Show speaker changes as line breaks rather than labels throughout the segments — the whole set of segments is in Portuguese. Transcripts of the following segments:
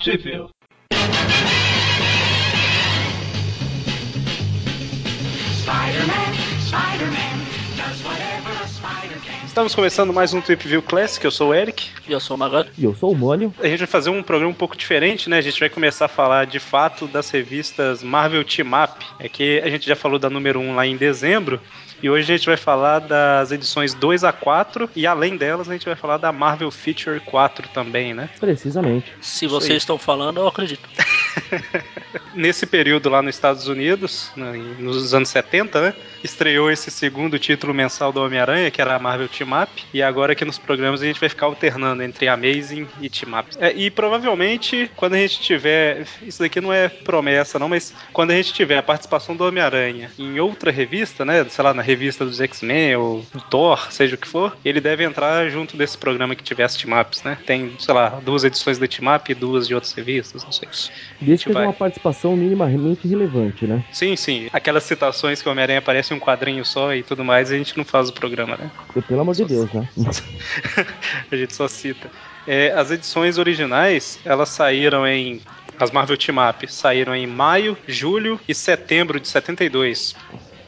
Sheffield.
Spider-Man, Spider-Man does whatever a spider can.
Estamos começando mais um Trip View Classic, eu sou o Eric.
E eu sou o Magari.
E eu sou o Mônio.
A gente vai fazer um programa um pouco diferente, né? A gente vai começar a falar de fato das revistas Marvel Team Up. É que a gente já falou da número 1 lá em dezembro. E hoje a gente vai falar das edições 2 a 4 e além delas a gente vai falar da Marvel Feature 4 também, né?
Precisamente.
Se vocês estão falando, eu acredito.
Nesse período lá nos Estados Unidos, né, nos anos 70, né, estreou esse segundo título mensal do Homem-Aranha, que era a Marvel Team Up, e agora aqui nos programas a gente vai ficar alternando entre Amazing e Team Up. É, e provavelmente, quando a gente tiver, isso daqui não é promessa não, mas quando a gente tiver a participação do Homem-Aranha em outra revista, né, sei lá, na revista dos X-Men ou do Thor, seja o que for, ele deve entrar junto desse programa que tiver as Team Ups, né? Tem, sei lá, duas edições da Team Up e duas de outras revistas, não sei.
Desde que
vai.
tenha uma participação minimamente relevante, né?
Sim, sim. Aquelas citações que o Homem-Aranha aparece em um quadrinho só e tudo mais, a gente não faz o programa, né?
E, Pelo amor de Deus, né?
a gente só cita. É, as edições originais, elas saíram em. As Marvel Team Up saíram em maio, julho e setembro de 72.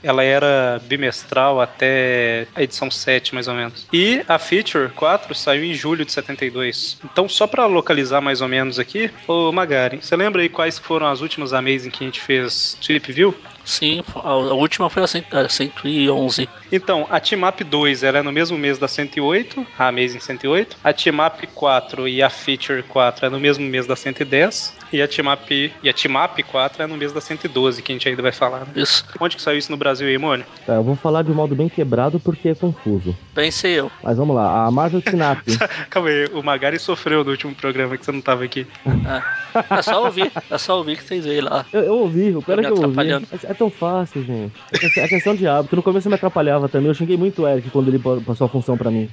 Ela era bimestral até a edição 7, mais ou menos. E a Feature 4 saiu em julho de 72. Então, só pra localizar mais ou menos aqui, ô Magari, você lembra aí quais foram as últimas Amazing que a gente fez Trip View?
Sim, a a última foi a é, cent- a 111.
Então, a Team Up 2 ela é no mesmo mês da 108, a Amazing 108. A Team Up 4 e a Feature 4 é no mesmo mês da 110. E a Team Up, e a Team Up 4 é no mês da 112, que a gente ainda vai falar. Né?
Isso.
Onde que saiu isso no Brasil aí, Mônio?
Tá, eu vou falar de um modo bem quebrado porque é confuso.
Pensei eu.
Mas vamos lá, a Marvel Snap.
Calma aí, o Magari sofreu no último programa que você não tava aqui.
É só ouvir. É só ouvir que vocês veem lá.
Eu, eu ouvi, o cara
Tá
que
me
eu ouvi.
atrapalhando.
É, é tão fácil, gente. É é questão de hábito. No começo eu me atrapalhava também. Eu xinguei muito o Eric quando ele pa- passou a função pra mim.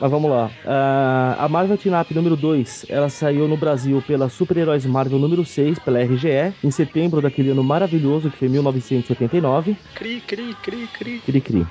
Mas vamos lá. Ah, a Marvel Team Up número 2, ela saiu no Brasil pela Super Heróis Marvel número 6, pela RGE, em setembro daquele ano maravilhoso que foi 1979.
Cri, cri, cri, cri.
Cri Cri.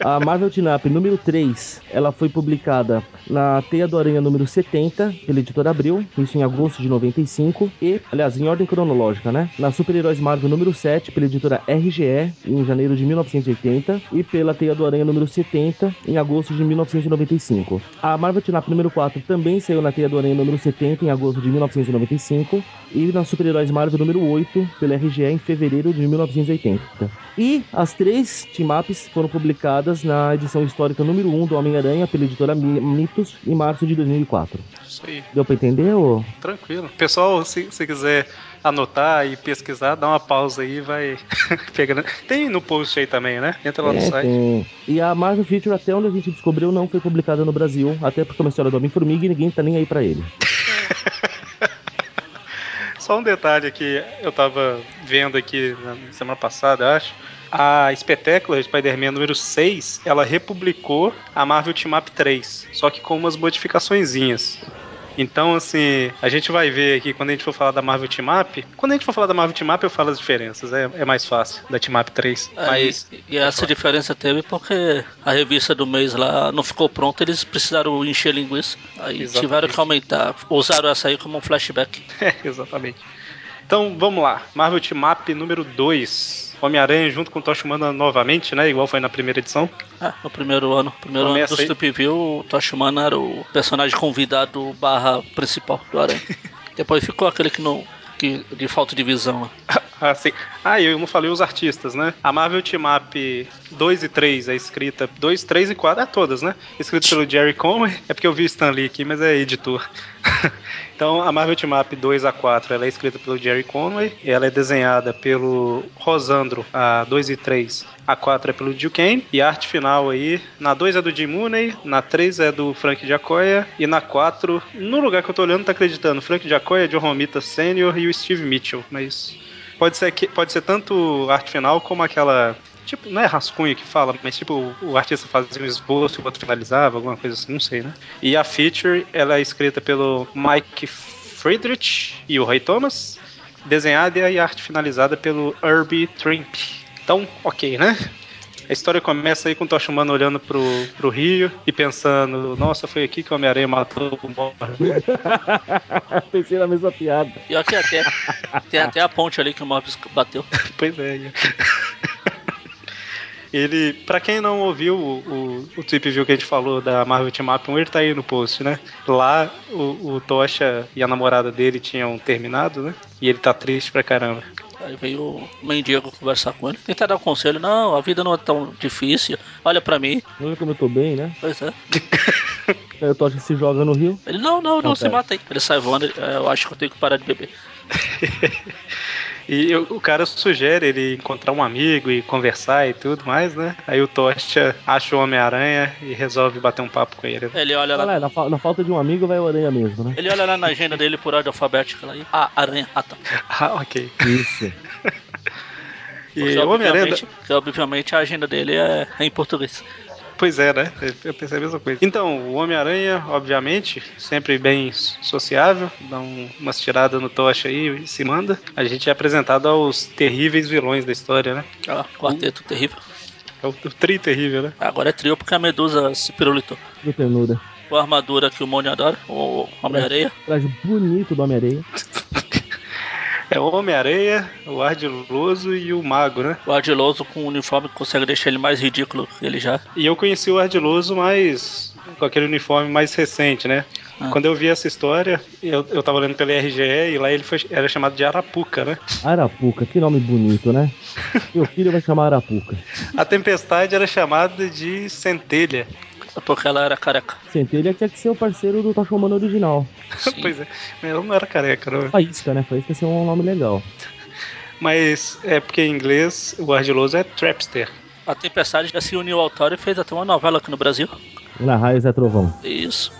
A Marvel Team Up número 3, ela foi publicada na Teia do Aranha número 70, pela editora Abril, isso em agosto de 95, e, aliás, em ordem cronológica, né? Na Super Heróis Marvel número 7, pela editora RGE, em janeiro de 1980, e pela Teia do Aranha número 70, em agosto de 1995. A Marvel Team Up número 4 também saiu na Teia do Aranha número 70, em agosto de 1995, e na Super Heróis Marvel número 8, pela RGE, em fevereiro de 1980. E as três team-ups foram publicadas na edição histórica número 1 do Homem-Aranha pela editora Mi- Mitos em março de 2004.
Isso aí,
Deu pra entender? Ou...
tranquilo. Pessoal, se você quiser anotar e pesquisar, dá uma pausa aí e vai pegando. Tem no post aí também, né? Entra lá no
É,
site.
tem. E a Marvel Feature, até onde a gente descobriu, não foi publicada no Brasil, até porque é uma história do Homem-Formiga e ninguém tá nem aí pra ele.
Só um detalhe aqui, eu tava vendo aqui na semana passada, eu acho. A espetácula Spider-Man número 6, ela republicou a Marvel Team Up 3, só que com umas modificaçõezinhas. Então, assim, a gente vai ver aqui quando a gente for falar da Marvel Team Up. Quando a gente for falar da Marvel Team Up, eu falo as diferenças, é, é mais fácil da Team Up 3.
Aí,
Mas
É, e essa diferença teve porque a revista do mês lá não ficou pronta, eles precisaram encher linguiça. Aí
Exatamente.
tiveram que aumentar. Usaram essa aí como um flashback.
É, exatamente. Então vamos lá. Marvel Team Up número 2. Homem-Aranha junto com o Tosh Humana novamente, né? Igual foi na primeira edição.
Ah, no primeiro ano. Primeiro
Começa
ano do
aí.
Stup View, o Toshimana era o personagem convidado barra principal do Aranha. Depois ficou aquele que não. Que, de falta de visão lá.
Ah, sim. Ah, eu não falei os artistas, né? A Marvel Team Up 2 e 3 é escrita. 2, 3 e 4, é todas, né? Escrita pelo Jerry Conway. É porque eu vi Stan Lee aqui, mas é editor. então, a Marvel Team Up 2 a 4 ela é escrita pelo Jerry Conway. Ela é desenhada pelo Rosandro, a 2 e 3. A 4 é pelo Jill Kane. E a arte final aí, na 2 é do Jim Mooney, na 3 é do Frank Jacoya. E na 4, no lugar que eu tô olhando, tá acreditando. Frank Jacoya, John Romita Sr. e o Steve Mitchell. Mas Pode ser, que, pode ser tanto arte final como aquela. Tipo, não é rascunho que fala, mas tipo, o- o artista fazia um esboço e o outro finalizava, alguma coisa assim, não sei, né? E a feature, ela é escrita pelo Mike Friedrich e o Ray Thomas, desenhada e a arte finalizada pelo Herbie Trimp. Então, ok, né? A história começa aí com o Tocha Humana olhando pro, pro rio e pensando: nossa, foi aqui que o Homem-Aranha matou o Morbius.
Pensei na mesma piada.
E aqui até, é, tem até a ponte ali que o Morbius bateu.
pois é. né? Ele, pra quem não ouviu o, o, o Trip View que a gente falou da Marvel Team Up 1, ele tá aí no post, né? Lá o, o Tocha e a namorada dele tinham terminado, né? E ele tá triste pra caramba.
Aí veio o mendigo conversar com ele, tentar dar um conselho. Não, a vida não é tão difícil. Olha pra mim.
Olha como eu tô bem, né? É,
Pois é.
Aí o Tocha se joga no rio.
Ele, não, não, não,
Não,
se
pera.
mata aí. Ele sai voando, ele, "É, eu acho que eu tenho que parar de beber.
E o- o cara sugere ele encontrar um amigo e conversar e tudo mais, né? Aí o Tocha acha o Homem-Aranha e resolve bater um papo com ele. né?
Ele olha
Ah,
lá.
lá, na, fa- na falta de um amigo vai o aranha mesmo, né?
Ele olha lá na agenda dele por ordem alfabética lá e. Ah, aranha. Ah, tá.
Ah, ok.
Isso.
E
Porque,
o Homem-Aranha.
obviamente, porque, obviamente a agenda dele é, é em português.
Pois é, né? Eu pensei a mesma coisa. Então, o Homem-Aranha, obviamente, sempre bem sociável, dá um- umas tiradas no tocha aí e se manda. A gente é apresentado aos terríveis vilões da história, né?
Ah, quarteto terrível.
É o, o tri terrível, né?
Agora é trio porque a medusa se pirulitou.
Que ternura.
Com a armadura que o Mônio adora, o Homem-Areia.
Traje bonito do Homem-Aranha.
É o Homem-Aranha, o Ardiloso e o Mago, né?
O ardiloso com um uniforme que consegue deixar ele mais ridículo que ele já.
E eu conheci o Ardiloso mais com aquele uniforme mais recente, né?
Ah.
Quando eu vi essa história, eu, eu tava olhando pela RGE e lá ele foi, era chamado de Arapuca, né?
Arapuca, que nome bonito, né? Meu filho vai chamar Arapuca.
A tempestade era chamada de Centelha.
Porque ela era careca.
Centelha tinha que ser o parceiro do Tocha Humana original.
Sim.
pois é, mas ela não era careca, não.
Faísca, né? Faísca ia ser um nome legal.
Mas é porque em inglês o ardiloso é trapster.
A Tempestade já se uniu ao Thor e fez até uma novela aqui no Brasil. É
Na raio Zé Trovão.
Isso.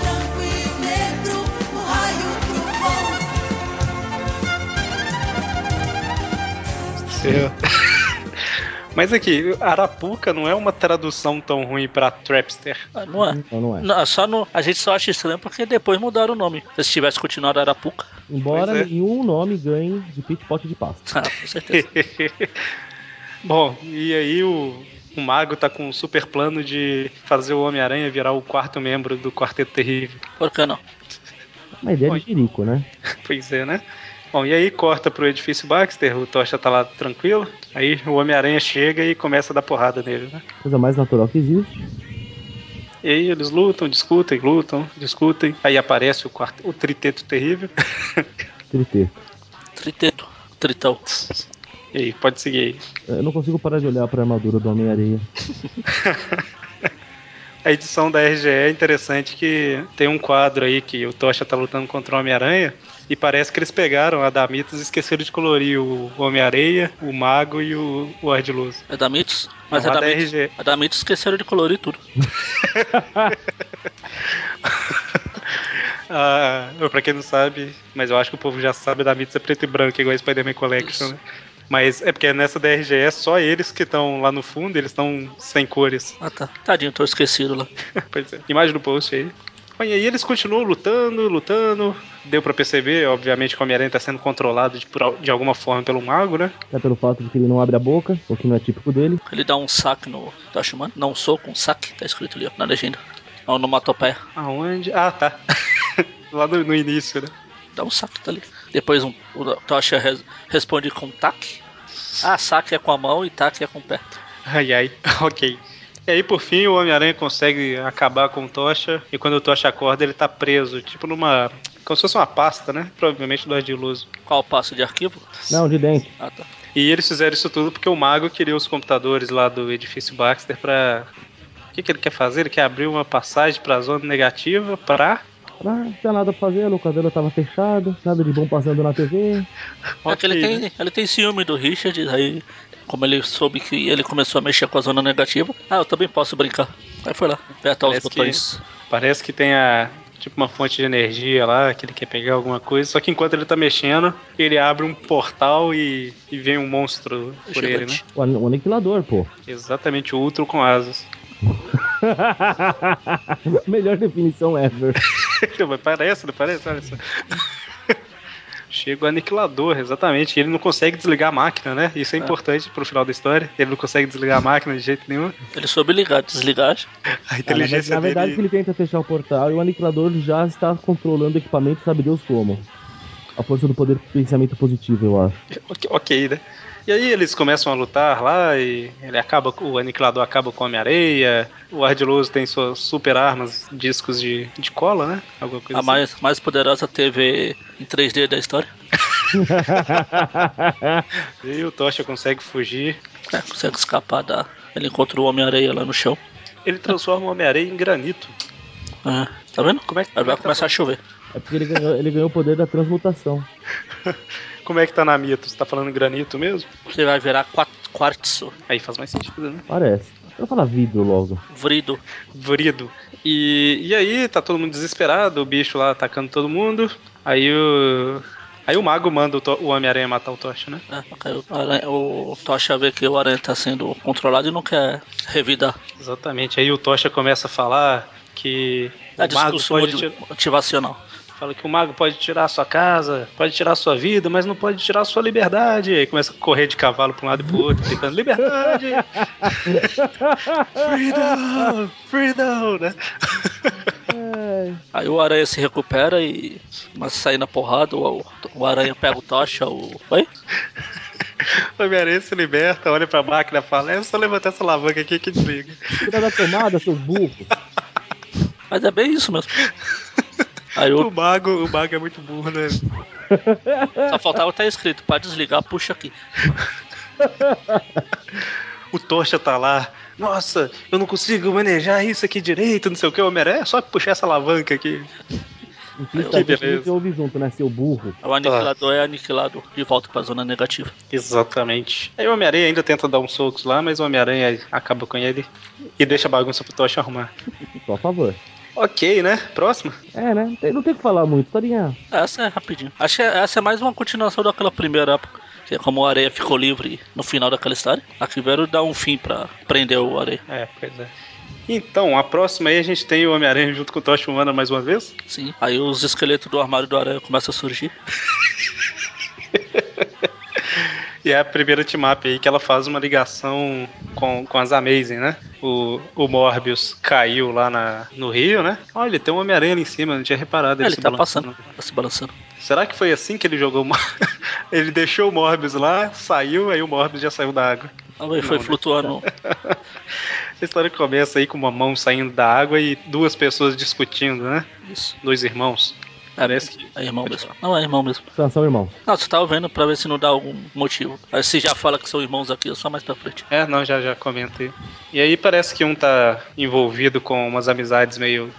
Tranquilo, negro, o raio
Seu-
trovão.
Mas aqui, Arapuca não é uma tradução tão ruim pra trapster.
Ah, Não é?
Então não é.
Não, só no, a gente só acha estranho porque depois mudaram o nome. Se tivesse continuado Arapuca,
Embora
Pois é.
nenhum nome ganhe de pit-pot de pasta.
ah, com certeza.
Bom, e aí o, o Mago tá com um super plano de fazer o Homem-Aranha virar o quarto membro do Quarteto Terrível.
Por que não?
Uma ideia
Oi.
de Jerico, né?
Pois é, né? Bom, e aí corta pro edifício Baxter, o Tocha tá lá tranquilo. Aí o Homem-Aranha chega e começa a dar porrada nele, né?
Coisa mais natural que existe.
E aí eles lutam, discutem, lutam, discutem. Aí aparece o, quart... o Triteto Terrível.
Triteto.
Triteto. Tritão.
E aí, pode seguir aí.
Eu não consigo parar de olhar pra armadura do Homem-Areia.
A edição da RGE é interessante que tem um quadro aí que o Tocha tá lutando contra o Homem-Aranha e parece que eles pegaram a Damitos e esqueceram de colorir o Homem-Areia, o Mago e o, o Ardiloso.
É da Mitos? Mas
Não,
é
a
da
da
Mitos.
RG.
A da Mitos esqueceram de colorir tudo.
Ah, pra quem não sabe, mas eu acho que o povo já sabe, a Damitos é preto e branco, igual a Spider-Man Collection,
Isso.
né? Mas é porque nessa da RGE é só eles que estão lá no fundo, eles estão sem cores.
Ah tá. Tadinho, tô esquecido lá.
Pois é. Imagem do post aí. Bom, E aí eles continuam lutando, lutando. Deu pra perceber, obviamente, que o Homem-Aranha tá sendo controlado de, por al- de alguma forma pelo mago, né?
Até pelo fato de que ele não abre a boca, o que não é típico dele.
Ele dá um saque no Toshimano. Não, um soco, um saque. Tá escrito ali, ó, na legenda. É um Não, numa topé.
Aonde? Ah, tá. Lá no, no início, né?
Dá um saque, tá ali. Depois um, o Tocha res- responde com taque. Ah, saque é com a mão e taque é com o pé.
Ai, ai. ok. E aí, por fim, o Homem-Aranha consegue acabar com o Tocha. E quando o Tocha acorda, ele tá preso, tipo numa. Como se fosse uma pasta, né? Provavelmente do ardiloso.
Qual o passo de arquivo?
Não, de dente.
Ah, tá.
E eles fizeram isso tudo porque o mago queria os computadores lá do edifício Baxter pra. O que, que ele quer fazer? Ele quer abrir uma passagem pra zona negativa pra.
Ah, não tinha nada pra fazer, a locadora tava fechada, nada de bom passando na TV.
É que ele
Ok,
tem,
né?
ele tem ciúme do Richard, aí como ele soube que ele começou a mexer com a zona negativa, ah, eu também posso brincar. Aí foi lá, apertar os
Parece que-
botões.
Parece que tem a. Tipo uma fonte de energia lá, que ele quer pegar alguma coisa. Só que enquanto ele tá mexendo, ele abre um portal e, e vem um monstro por ele, né?
Gigante.
O an- o aniquilador, pô.
Exatamente, o Ultron com asas.
Melhor definição ever.
Não, mas parece, não parece? Olha só. chega o Aniquilador, exatamente. Ele não consegue desligar a máquina, né? Isso é, importante pro final da história. Ele não consegue desligar a máquina de jeito nenhum.
Ele soube ligar, desligar. acho.
A
Ah, na-
inteligência
na, verdade, que
dele.
ele tenta fechar o portal e o aniquilador já está controlando o equipamento, sabe Deus como. A força do poder do pensamento positivo, eu acho.
Ok, ok, né? E aí eles começam a lutar lá e ele acaba, o aniquilador acaba com a Homem-Areia, o Ardiloso tem suas super armas, discos de, de cola, né? Alguma coisa
A mais, mais poderosa TV em 3D da história.
assim. E o Tocha consegue fugir.
É, consegue escapar da. Ele encontrou o Homem-Areia lá no chão.
Ele transforma o Homem-Areia em granito.
É, tá vendo?
Como é que, como é
Aí vai
que
começar a chover.
É porque ele ganhou, ele ganhou o poder da transmutação.
tá, como é que tá na mito? Você tá falando granito mesmo?
Você vai virar quat- quartzo,
Aí faz mais sentido, né?
Parece. Eu falar vidro logo.
vrido.
Vrido. E, e aí tá todo mundo desesperado, o bicho lá atacando todo mundo. Aí o. Aí o mago manda o, to- o Homem-Aranha matar o Tocha, né?
né? Aí o, aranha- o Tocha vê que o Aranha tá sendo controlado e não quer revidar.
Exatamente. Aí o Tocha começa a falar que
É
Ah, o mago
discurso
pode
motiv-
tirar,
motivacional.
fala que o mago pode tirar a sua casa, pode tirar a sua vida, mas não pode tirar a sua liberdade. Aí começa a correr de cavalo pra um lado e pro outro, gritando liberdade. freedom, freedom, né?
Aí o Aranha se recupera e começa a sair na porrada. O, o Aranha pega o Tocha, o. Oi?
O Homem-Aranha se liberta, olha pra máquina e fala: "É só levantar essa alavanca aqui que desliga".
Tira da tomada, seus burros.
Mas é bem isso mesmo. Aí o,
O mago, o mago é muito burro, né?
só faltava estar escrito, pra desligar, puxa aqui.
O Tocha tá lá. Nossa, eu não consigo manejar isso aqui direito, não sei o que, o Homem-Aranha. É só puxar essa alavanca aqui.
Implícita,
beleza.
a gente ouve junto, né? Seu burro.
Tá.
O aniquilador é aniquilado de volta pra zona negativa.
Exatamente. Aí o Homem-Aranha ainda tenta dar uns socos lá, mas o Homem-Aranha acaba com ele e deixa a bagunça pro Tocha arrumar.
Tô a favor.
Ok, né? Próximo?
É, né? Não tem- Não tem o que falar muito, historinha.
Essa é rapidinho. Acho que essa é mais uma continuação daquela primeira época. Que é como a areia ficou livre no final daquela história. Aqui vieram dar um fim pra prender o areia.
É, pois é. Então, a próxima aí a gente tem o Homem-Aranha junto com o Tocha Humana mais uma vez.
Sim. Aí os esqueletos do armário do aranha começam a surgir.
E é a primeira team-up aí que ela faz uma ligação com, com as Amazing, né? O, o Morbius caiu lá na, no rio, né? Olha, tem um Homem-Aranha ali em cima, não tinha reparado.
ele
se
tá
balançando.
passando, tá se balançando.
Será que foi assim que ele jogou o Mor- Ele deixou o Morbius lá, saiu, aí o Morbius já saiu da água.
Aí foi
Não, né?
flutuando.
A história começa aí com uma mão saindo da água e duas pessoas discutindo, né?
Isso.
Dois irmãos. Parece que.
É irmão mesmo. Não, é irmão mesmo.
São, são irmãos.
Não, você tava vendo pra ver se não dá algum motivo. Aí se já fala que são irmãos aqui, é só mais pra frente.
É, não, já já comentei. E aí parece que um tá envolvido com umas amizades meio.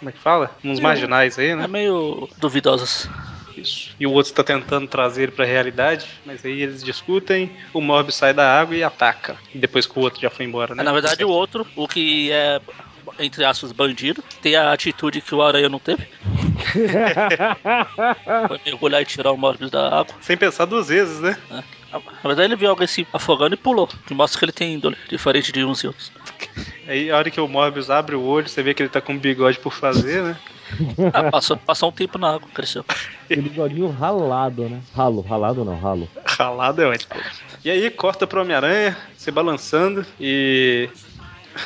Como é que fala? Uns marginais aí,
É
né?
meio duvidosas.
Isso. E o outro tá tentando trazer ele pra realidade, mas aí eles discutem, o Morbius sai da água e ataca. Depois que o outro já foi embora, né?
É, Na verdade, o outro, o que é, entre aspas, bandido, tem a atitude que o Aranha não teve. Foi mergulhar e tirar o Morbius da água.
Sem pensar duas vezes, né?
né? Na verdade, ele viu alguém se afogando e pulou. Que mostra que ele tem índole, diferente de uns e outros.
Aí a hora que o Morbius abre o olho, você vê que ele tá com um bigode por fazer, né?
Ah, passou, passou um tempo na água, cresceu.
Aquele bigodinho ralado, né? Ralo, ralado não, ralo.
Ralado é ótimo. E aí corta pro Homem-Aranha, se balançando e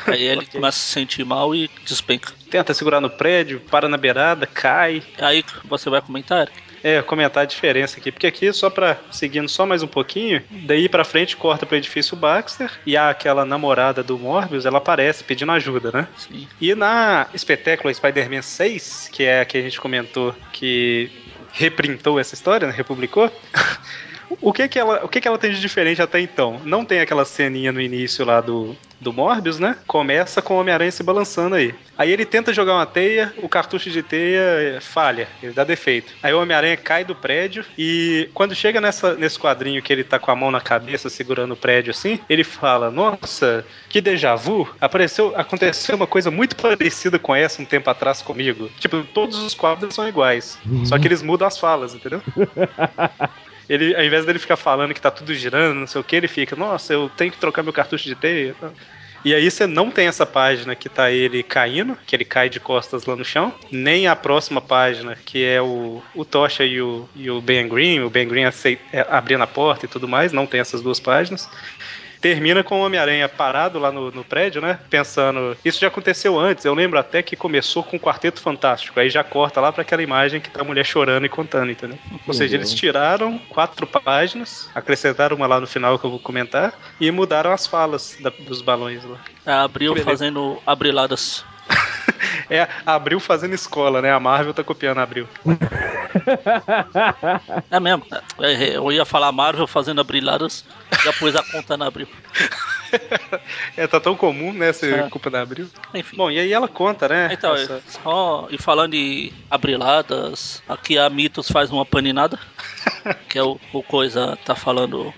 Aí ele começa a se sentir mal e despenca.
tenta segurar no prédio, para na beirada, cai.
Aí você vai comentar?
É, comentar a diferença aqui, porque aqui só pra seguindo só mais um pouquinho, daí pra frente corta pro edifício Baxter e a, aquela namorada do Morbius, ela aparece pedindo ajuda, né?
Sim.
E na espetácula Spider-Man 6, que é a que a gente comentou que reprintou essa história, né, republicou, o, que que ela, o que que ela tem de diferente até então? Não tem aquela ceninha no início lá do, do Morbius, né? Começa com o Homem-Aranha se balançando aí. Aí ele tenta jogar uma teia, o cartucho de teia eh, falha, ele dá defeito. Aí o Homem-Aranha cai do prédio e quando chega nessa, nesse quadrinho que ele tá com a mão na cabeça segurando o prédio assim, ele fala: Nossa, que déjà vu! Apareceu, aconteceu uma coisa muito parecida com essa um tempo atrás comigo. Tipo, todos os quadros são iguais, só que eles mudam as falas, entendeu? Ele, ao invés dele ficar falando que tá tudo girando, não sei o que, ele fica, nossa, eu tenho que trocar meu cartucho de teia. e tal. E aí você não tem essa página que tá ele caindo, que ele cai de costas lá no chão, nem a próxima página, que é o, o Tocha e o, e o Ben Green, o Ben Green acei- é, abrindo a porta e tudo mais, não tem essas duas páginas. Termina com o Homem-Aranha parado lá no, no prédio, né? Pensando, isso já aconteceu antes, eu lembro até que começou com o Quarteto Fantástico. Aí já corta lá pra aquela imagem que tá a mulher chorando e contando, entendeu? Ou seja, eles tiraram quatro páginas, acrescentaram uma lá no final que eu vou comentar, e mudaram as falas da- dos balões lá.
É, Abriu
Beleza.
fazendo abriladas.
É, abriu fazendo escola, né? A Marvel tá copiando a Abril.
É mesmo. É, Eu ia falar Marvel fazendo abriladas, já pôs a conta na abril.
é, tá tão comum, né? Ser
É.
culpa da Abril.
Enfim.
Bom, e aí ela conta, né?
Então,
essa-
só e falando de abriladas, aqui a Mitos faz uma paninada, que é o, o coisa tá falando.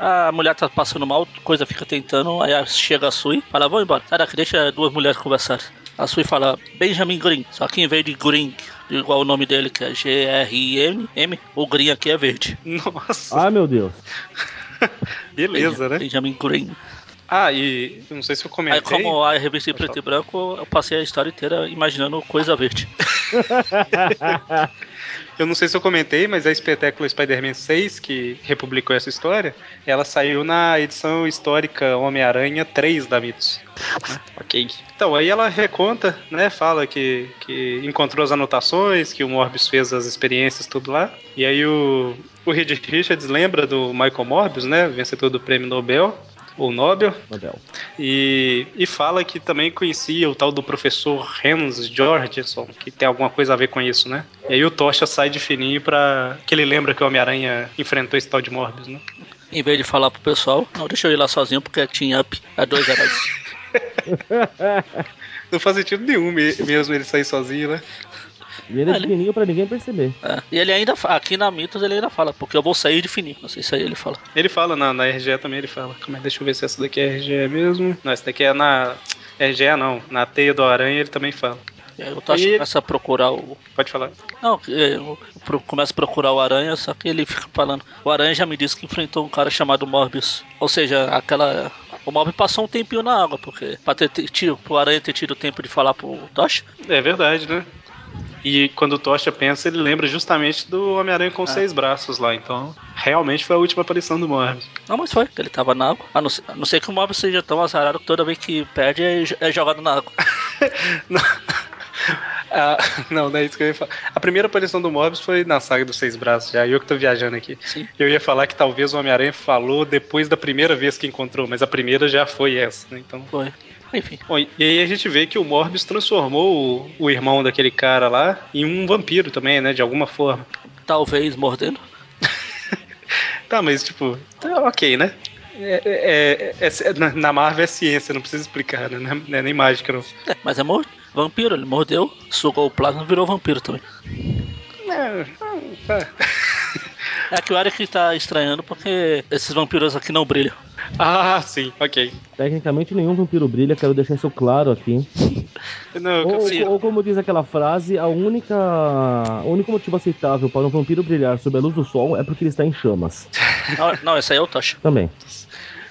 "Ah, a mulher tá passando mal, coisa fica tentando, aí a- chega a Sui, fala, vamos embora, sai daqui, deixa duas mulheres conversarem. A Sui fala, Benjamin Green, só que em vez de Green, igual o nome dele, que é G-R-I-N-M, o Green aqui é verde.
Nossa,
Ah, meu Deus.
beleza, né?
Benjamin Green.
Ah, e eu não sei se eu
Aí,
comentei.
como a revista em preto e branco, eu passei a história inteira imaginando coisa verde.
Eu não sei se eu comentei, mas a espetáculo Spider-Man 6, que republicou essa história, ela saiu na edição histórica Homem-Aranha 3 da Mitos.
ok.
Então, aí ela reconta, né? Fala que, que encontrou as anotações, que o Morbius fez as experiências, tudo lá. E aí o, o Reed Richards lembra do Michael Morbius, né? Vencedor do prêmio Nobel, ou Nobel,
Nobel.
e, e fala que também conhecia o tal do professor Hans Jorgensen, que tem alguma coisa a ver com isso, né? E aí o Tocha sai de fininho pra. que ele lembra que o Homem-Aranha enfrentou esse tal de Morbius, né?
Em vez de falar pro pessoal, não, deixa eu ir lá sozinho porque é team up, é dois heróis.
Não faz sentido nenhum me- mesmo ele sair sozinho, né?
E ele é
Ah, ele-
pequenininho pra ninguém perceber.
É. E ele ainda, fa- aqui na Mitos ele ainda fala, porque eu vou sair de fininho. Não sei se aí ele fala.
Ele fala na, na RGE também, ele fala. Como é? Deixa eu ver se essa daqui é RGE mesmo. Não, essa daqui é na. RGE não, na teia do aranha ele também fala.
E aí eu tô achando
E-
que começa a procurar o.
Pode falar.
Não, que é, eu pro- começo a procurar o Aranha, só que ele fica falando. O Aranha já me disse que enfrentou um cara chamado Morbius. Ou seja, aquela. O Morbius passou um tempinho na água, porque. Pra ter, ter, tido- pro Aranha ter tido tempo de falar pro Tocha.
É verdade, né? E quando o Tocha pensa, ele lembra justamente do Homem-Aranha com seis braços lá. Então, realmente foi a última aparição do Morbius.
Não, mas foi, que ele tava na água. A não, ser, a não ser que o Morbius seja tão azarado que toda vez que perde é, jo- é jogado na água.
não. Ah, não, não é isso que eu ia falar. A primeira aparição do Morbius foi na saga dos seis braços, já. Eu que tô viajando aqui.
Sim.
Eu ia falar que talvez o Homem-Aranha falou depois da primeira vez que encontrou, mas a primeira já foi essa, né? Então.
Foi. Enfim.
Bom, e aí a gente vê que o Morbius transformou o, o irmão daquele cara lá em um vampiro também, né? De alguma forma.
Talvez mordendo.
Tá, mas tipo, tá ok, né? É- é- é- é- na- na Marvel é ciência, não precisa explicar, né? Não é nem mágica, não.
É, mas é mor vampiro, ele mordeu, sugou o plasma e virou vampiro também.
É, tá.
É que o Eric tá estranhando porque esses vampiros aqui não brilham.
Ah, sim, ok.
Tecnicamente nenhum vampiro brilha, quero deixar isso claro aqui.
Não, eu
Ou,
consigo.
ou como diz aquela frase, a única, o único motivo aceitável para um vampiro brilhar sob a luz do sol é porque ele está em chamas.
Não, não esse aí é o Tocha.
Também.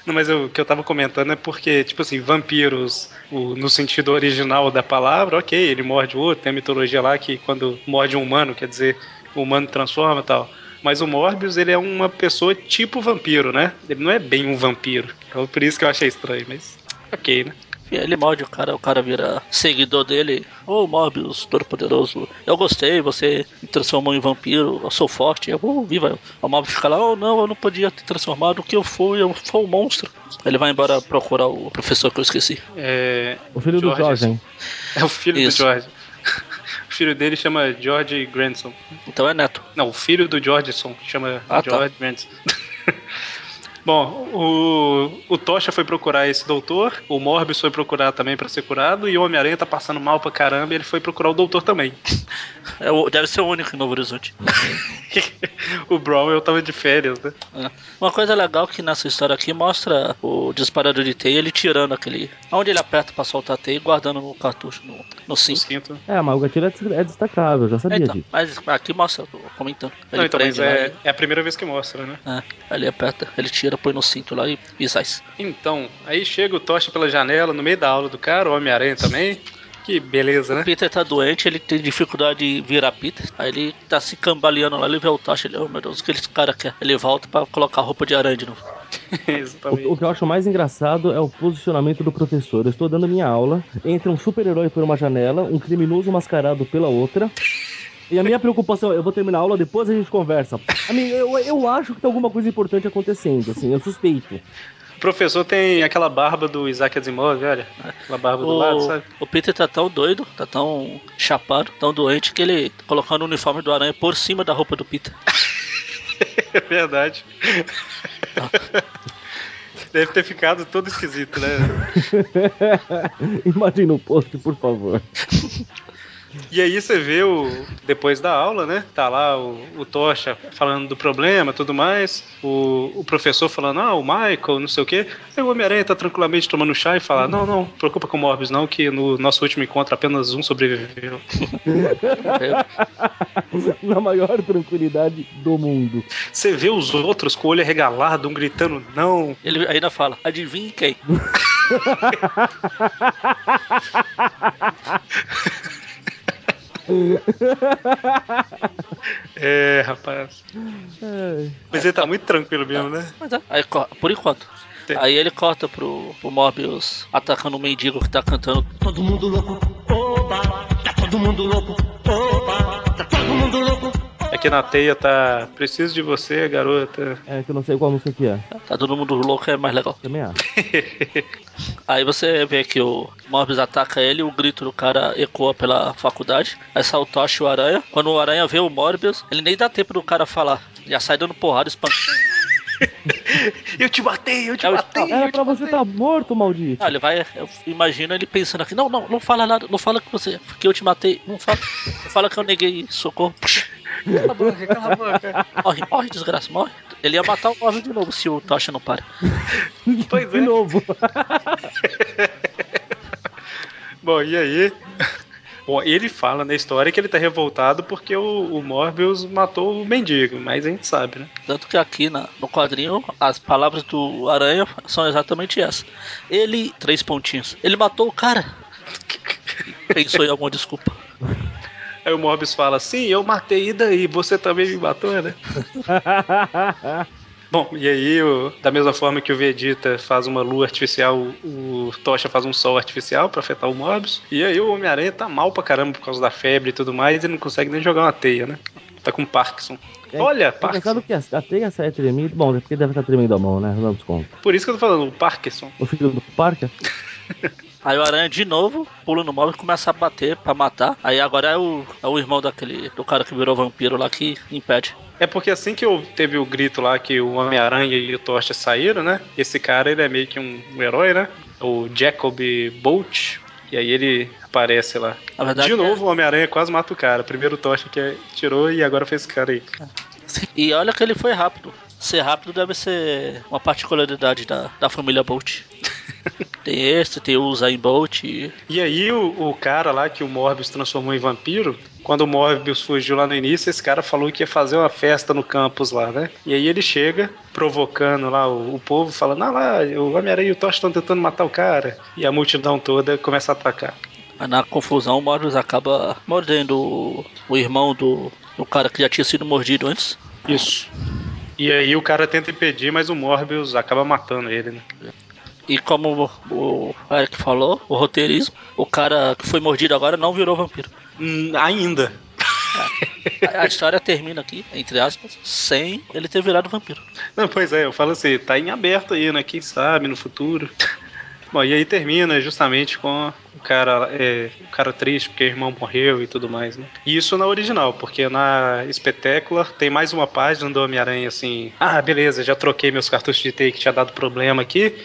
Não, mas eu- o que eu tava comentando é porque, tipo assim, vampiros, o- no sentido original da palavra, ok, ele morde o outro, tem a mitologia lá que quando morde um humano, quer dizer, o humano transforma e tal. Mas o Morbius, ele é uma pessoa tipo vampiro, né? Ele não é bem um vampiro. Então, por isso que eu achei estranho, mas ok, né?
E aí Ele morde o cara, o cara vira seguidor dele. Ô oh, Morbius, todo poderoso, eu gostei, você me transformou em vampiro, eu sou forte, eu vou viva. O Morbius fica lá, oh não, eu não podia ter transformado o que eu fui, eu sou um monstro. Ele vai embora procurar o professor que eu esqueci.
É,
O filho do
Jorge.
Jorgen.
é o filho
Isso.
do George. O filho dele chama George Granson.
Então é neto.
Não, o filho do Georgeson chama
Ah, tá.
George Mendes. Bom, o, o Tocha foi procurar esse doutor, o Morbius foi procurar também pra ser curado, e o Homem-Aranha tá passando mal pra caramba e ele foi procurar o doutor também.
É o- deve ser o único em Novo Horizonte.
o Brown eu tava de férias, né?
É. Uma coisa legal que nessa história aqui mostra o disparador de teia, ele tirando aquele. Onde ele aperta pra soltar a teia e guardando no cartucho, no, no
O
cinto.
cinto.
É, mas o gatilho é des- é destacável, já sabia
Então,
disso.
mas aqui mostra, eu tô comentando. Ele
Não, então,
prende
mas
lá
é,
e-
é a primeira vez que mostra, né?
é, ali aperta, ele tira cadeira, põe no cinto lá e, e sai.
Então, aí chega o Tocha pela janela, no meio da aula do cara, o Homem-Aranha também. Que beleza, né?
Peter tá doente, ele tem dificuldade de virar Peter. Aí ele tá se cambaleando lá, ele vê o Tasha, ele, oh meu Deus, o que esse cara quer? Ele volta pra colocar a roupa de aranha de novo.
Exatamente.
O, o que eu acho mais engraçado é o posicionamento do professor. Eu estou dando minha aula, entra um super-herói por uma janela, um criminoso mascarado pela outra. E a minha preocupação, eu vou terminar a aula, depois a gente conversa. A mim, eu, eu acho que tem alguma coisa importante acontecendo, assim, eu suspeito.
O professor tem aquela barba do Isaac Asimov, olha. Aquela barba do lado, sabe?
O Peter tá tão doido, tá tão chapado, tão doente, que ele tá colocando o uniforme do aranha por cima da roupa do Peter.
É verdade. Deve ter ficado todo esquisito, né?
Imagina o post, por favor.
E aí você vê o. Depois da aula, né? Tá lá o, o Tocha falando do problema tudo mais. O, o professor falando, ah, o Michael, não sei o quê. Aí o Homem-Aranha tá tranquilamente tomando chá e fala, não, não, preocupa com o Morbius, não, que no nosso último encontro apenas um sobreviveu.
Na maior tranquilidade do mundo.
Você vê os outros com o olho arregalado, um gritando, não.
Ele ainda fala, adivinha quem?
É, rapaz. Mas ele tá muito tranquilo mesmo, né?
Mas é, aí co- por enquanto.
Tem.
Aí ele corta pro, pro Morbius atacando o mendigo que tá cantando.
Todo mundo louco, oba, tá todo mundo louco, oba, tá todo mundo louco.
Aqui É na teia tá. Preciso de você, garota.
É que eu não sei qual música que é.
Tá todo mundo louco, é mais legal.
Também acho.
Aí você vê que o Morbius ataca ele, o grito do cara ecoa pela faculdade. Aí sai o Tocha e o Aranha. Quando o Aranha vê o Morbius, ele nem dá tempo do cara falar. Já sai dando porrada, espancando.
Eu te matei, eu te
É o-
matei.
Era pra você estar tá morto, maldito.
Ah, ele vai, eu imagino ele pensando aqui, não, não, não fala nada, não fala que você, que eu te matei, não fala, não fala que eu neguei socorro.
Cala a boca, cala a boca.
Morre, morre, desgraça, morre. Ele ia matar o móvel de novo se o Tocha não para.
Pois
De
é.
novo.
Bom, e aí? Bom, ele fala na história que ele tá revoltado porque o, o Morbius matou o mendigo, mas a gente sabe, né?
Tanto que aqui na- no quadrinho, as palavras do Aranha são exatamente essas. Ele, três pontinhos, ele matou o cara. Pensou em alguma desculpa.
Aí o Morbius fala assim: eu matei, e daí? Você também me matou, né? Bom, e aí, o- da mesma forma que o Vegeta faz uma lua artificial, o Tocha faz um sol artificial pra afetar o Morbius. E aí o Homem-Aranha tá mal pra caramba por causa da febre e tudo mais, e não consegue nem jogar uma teia, né? Tá com Parkinson.
É,
Olha,
Você
Parkinson.
sabe que a, a teia sai tremendo? Bom, é porque deve estar tremendo a mão, né? Não desconto.
Por isso que eu tô falando, o Parkinson.
O filho do Parker?
Aí o Aranha de novo pula no móvel e começa a bater pra matar. Aí agora é o, é o irmão daquele, do cara que virou vampiro lá que impede.
É porque assim que eu teve o grito lá que o Homem-Aranha e o Tocha saíram, né? Esse cara, ele é meio que um, um herói, né? O Jacob Bolt. E aí ele aparece lá.
Na verdade,
De
é-
novo, o Homem-Aranha quase mata o cara. Primeiro o Tocha que tirou e agora fez esse cara aí.
E olha que ele foi rápido. Ser rápido deve ser uma particularidade da, da família Bolt. tem esse, tem o Usain Bolt. e-
E aí o, o cara lá que o Morbius transformou em vampiro, quando o Morbius fugiu lá no início, esse cara falou que ia fazer uma festa no campus lá, né? E aí ele chega provocando lá o, o povo, falando, ah lá, o Homem-Aranha e o Tocha estão tentando matar o cara. E a multidão toda começa a atacar.
Mas na confusão, o Morbius acaba mordendo o, o irmão do, do cara que já tinha sido mordido antes.
Isso. E aí o cara tenta impedir, mas o Morbius acaba matando ele, né?
E como o, o Eric falou, o roteirismo, o cara que foi mordido agora não virou vampiro.
Hum, ainda.
A, a história termina aqui, entre aspas, sem ele ter virado vampiro.
Não, pois é, eu falo assim, tá em aberto aí, né? Quem sabe no futuro. Bom, e aí termina justamente com o cara, é, o cara triste porque o irmão morreu e tudo mais, né? E isso na original, porque na espetácula tem mais uma página do Homem-Aranha assim: ah, beleza, já troquei meus cartuchos de teia que tinha dado problema aqui.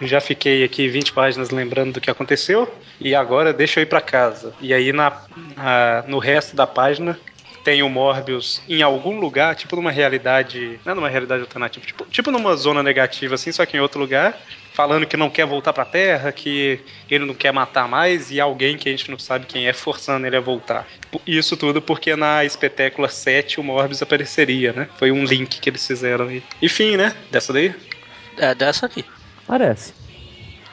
Já fiquei aqui 20 páginas lembrando do que aconteceu e agora deixa eu ir pra casa. E aí na- na, no resto da página tem o Morbius em algum lugar, tipo numa realidade. Não é numa realidade alternativa, tipo, tipo numa zona negativa, assim, só que em outro lugar, falando que não quer voltar pra Terra, que ele não quer matar mais, e alguém que a gente não sabe quem é forçando ele a voltar. Isso tudo porque na espetácula 7 o Morbius apareceria, né? Foi um link que eles fizeram aí. Enfim, né? Dessa daí.
É dessa aqui.
Parece.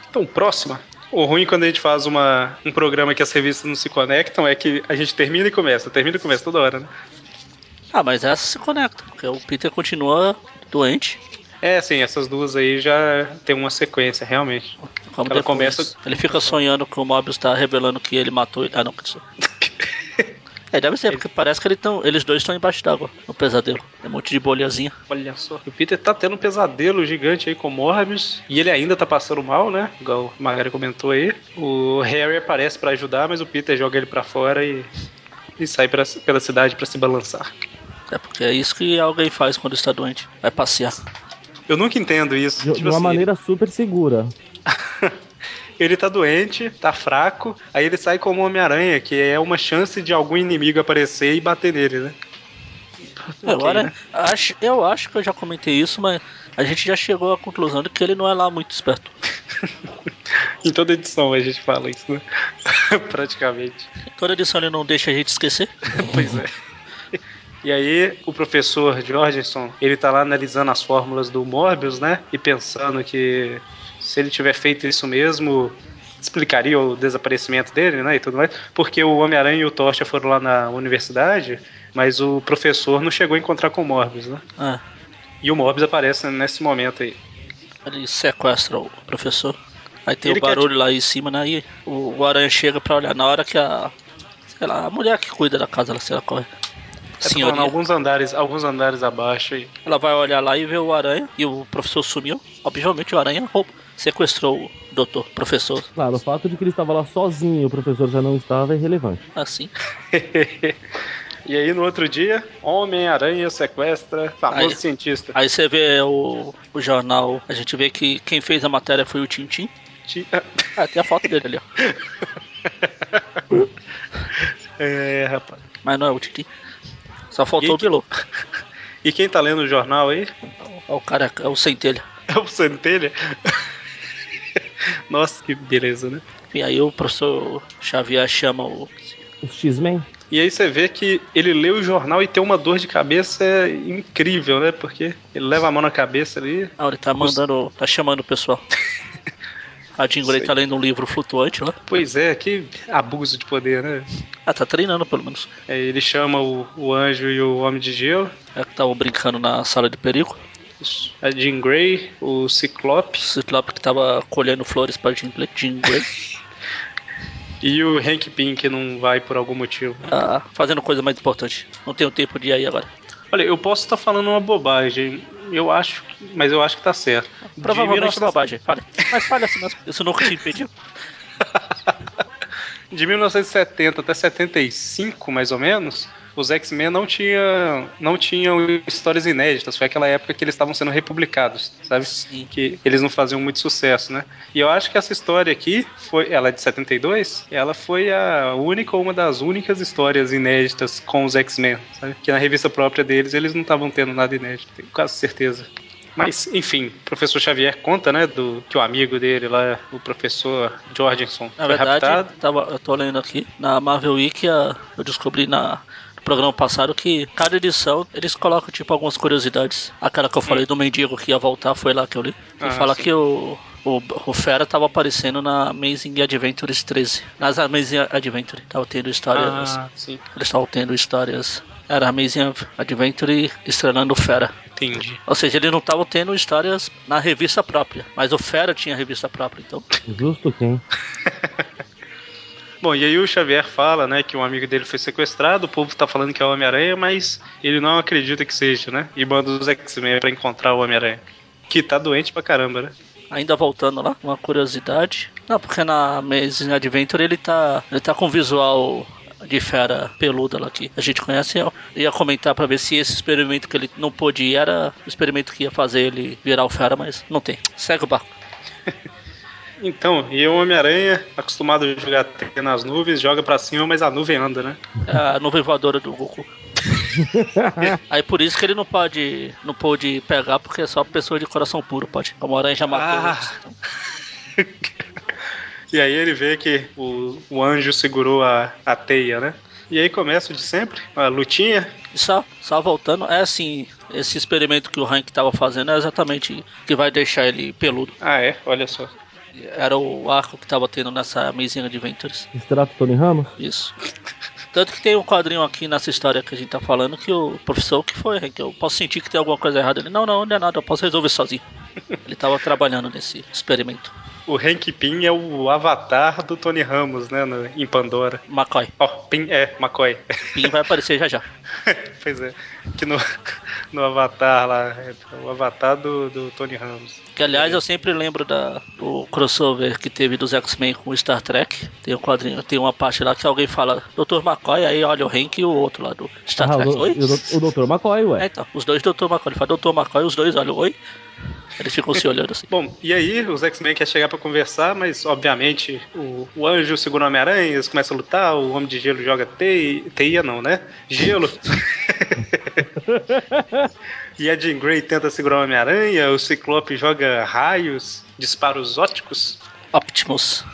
Então, próxima. O ruim quando a gente faz uma, um programa que as revistas não se conectam é que a gente termina e começa, termina e começa toda hora, né?
Ah, mas essa se conecta, porque o Peter continua doente.
É, sim, essas duas aí já tem uma sequência, realmente.
Como
Ela
depois
começa-
Ele fica sonhando que o Mobius tá revelando que ele matou ele. Ah, não, que isso. É, deve ser, porque parece que ele tão, eles dois estão embaixo d'água no pesadelo. É um monte de bolhazinha.
Olha só. O Peter tá tendo um pesadelo gigante aí com o Morbius. E ele ainda tá passando mal, né? Igual o Magari comentou aí. O Harry aparece pra ajudar, mas o Peter joga ele pra fora e. E sai pra- pela cidade pra se balançar.
É porque é isso que alguém faz quando está doente. Vai passear.
Eu nunca entendo isso.
De, de
Tipo
uma
assim,
maneira super segura.
Ele tá doente, tá fraco, aí ele sai como Homem-Aranha, que é uma chance de algum inimigo aparecer e bater nele, né?
É, Agora,
né?
acho, eu acho que eu já comentei isso, mas a gente já chegou à conclusão de que ele não é lá muito esperto.
Em toda edição a gente fala isso, né? Praticamente.
Toda edição ele não deixa a gente esquecer.
Pois é. E aí, o professor Jorgenson, ele tá lá analisando as fórmulas do Morbius, né? E pensando que se ele tiver feito isso mesmo, explicaria o desaparecimento dele, né? E tudo mais. Porque o Homem-Aranha e o Tocha foram lá na universidade, mas o professor não chegou a encontrar com o Morbius, né?
Ah,
E o Morbius aparece nesse momento aí. É
ele sequestra o professor. Aí tem
Ele
o
quer
barulho lá em cima, né? E o, o aranha chega pra olhar. Na hora que a. Sei lá, a mulher que cuida da casa, ela, sei lá qual é.
É porque,
Senhorinha.
mano, alguns andares, alguns andares abaixo aí.
Ela vai olhar lá e vê o aranha. E o professor sumiu. Obviamente o aranha roubou. Sequestrou o doutor, professor,
Claro, o fato de que ele estava lá sozinho e o professor já não estava é irrelevante.
assim.
e aí no outro dia, Homem-Aranha sequestra famoso
Aí.
cientista.
Aí você vê o, o jornal, a gente vê que quem fez a matéria foi o Tintim.
Ti-
Ah, tem a foto dele ali, ó.
É, rapaz.
Mas não é o Tintim. Só faltou
E
o Bilu.
E quem tá lendo o jornal aí?
É o cara, é o Centelha.
É o Centelha? Nossa, que beleza, né?
E aí o professor Xavier chama o.
Os X-Men?
E aí você vê que ele lê o jornal e tem uma dor de cabeça incrível, né? Porque ele leva a mão na cabeça ali.
Não, ele tá mandando. tá chamando o pessoal. A Jingle
Sei.
tá lendo um livro flutuante lá.
Pois é, que abuso de poder, né?
Ah, tá treinando pelo menos.
Aí ele chama o, o anjo e o homem de gelo.
É que estavam brincando na sala de perigo.
A Jean Grey, o Ciclope
O Ciclope que tava colhendo flores pra Jingle. Jingle.
e o Hank Pym que não vai por algum motivo.
Ah, fazendo coisa mais importante. Não tenho tempo de ir aí agora.
Olha, eu posso estar falando uma bobagem, eu acho, que- mas eu acho que tá certo. De
Provavelmente
1900
bobagem. Fale. Mas fale assim mesmo. Isso nunca te impediu.
De 1970 até 75, mais ou menos, os X-Men não tinham não tinham histórias inéditas. Foi aquela época que eles estavam sendo republicados, sabe?
Sim.
Que eles não faziam muito sucesso, né? E eu acho que essa história aqui, foi, ela é de 72, ela foi a única, uma das únicas histórias inéditas com os X-Men, sabe? Que na revista própria deles eles não estavam tendo nada inédito, tenho quase certeza. Mas, enfim, o professor Xavier conta, né, do que o amigo dele lá, o professor Jorgenson,
Na
foi raptado.
verdade, tava, eu tô lendo aqui na Marvel Wiki, a- eu descobri na, no programa passado que cada edição eles colocam tipo algumas curiosidades. Aquela que eu falei do mendigo que ia voltar foi lá que eu li. E
Ah,
fala
sim.
que o, o, o Fera tava aparecendo na Amazing Adventures 13. Nas Amazing Adventure, tava tendo histórias.
Ah, sim.
Eles estavam tendo histórias. Era Amazing Adventure estrelando o Fera.
Entendi.
Ou seja, eles não estavam tendo histórias na revista própria, mas o Fera tinha revista própria, então.
Justo quem?
Bom, e aí o Xavier fala, né, que um amigo dele foi sequestrado, o povo tá falando que é o Homem-Aranha, mas ele não acredita que seja, né? E manda os X-Men pra encontrar o Homem-Aranha. Que tá doente pra caramba, né?
Ainda voltando lá, uma curiosidade. Não, porque na Amazing Adventure ele tá, ele tá com um visual de fera peluda lá que a gente conhece. Eu ia comentar pra ver se esse experimento que ele não pôde ir era o experimento que ia fazer ele virar o fera, mas não tem. Segue o barco.
Então, e o Homem-Aranha, acostumado a jogar teia nas nuvens, joga pra cima, mas a nuvem anda, né?
É a nuvem voadora do Goku. Aí por isso que ele não pode não pôde pegar, porque é só pessoa de coração puro, pode. Como o Aranha já matou
Ah.
eles, então.
E aí ele vê que o, o anjo segurou a, a teia, né? E aí começa o de sempre, a lutinha.
E só, só voltando, é assim, esse experimento que o Hank tava fazendo é exatamente o que vai deixar ele peludo.
Ah, é, olha só.
Era o arco que tava tendo nessa Amazing Adventures.
Extrato Tony Ramos?
Isso. Tanto que tem um quadrinho aqui nessa história que a gente tá falando que o professor que foi, Hank, eu posso sentir que tem alguma coisa errada. Ele, não, não, não é nada, eu posso resolver sozinho. Ele tava trabalhando nesse experimento.
O Hank Pym é o avatar do Tony Ramos, né, no- em Pandora.
McCoy.
Ó, Pym é, McCoy.
Pim vai aparecer já já.
pois é, que no, no Avatar lá, é o Avatar do, do Tony Ramos.
Que aliás eu sempre lembro da, do crossover que teve dos X-Men com Star Trek. Tem um quadrinho, tem uma parte lá que alguém fala Dr. McCoy, aí olha o Hank e o outro lá do Star
Ah, o,
Trek.
do-
Oi?
e o do- o Dr. McCoy,
É,
ué.
então, os dois Dr. McCoy. Ele fala Dr. McCoy, os dois olham, oi? Eles ficam se olhando assim.
Bom, e aí os X-Men quer chegar pra conversar, mas obviamente o, o anjo segura o Homem-Aranha, eles começam a lutar, o Homem de Gelo joga teia, teia não, né? Gelo. e a Jean Grey tenta segurar o Homem-Aranha, o Ciclope joga raios, disparos óticos.
Optimus.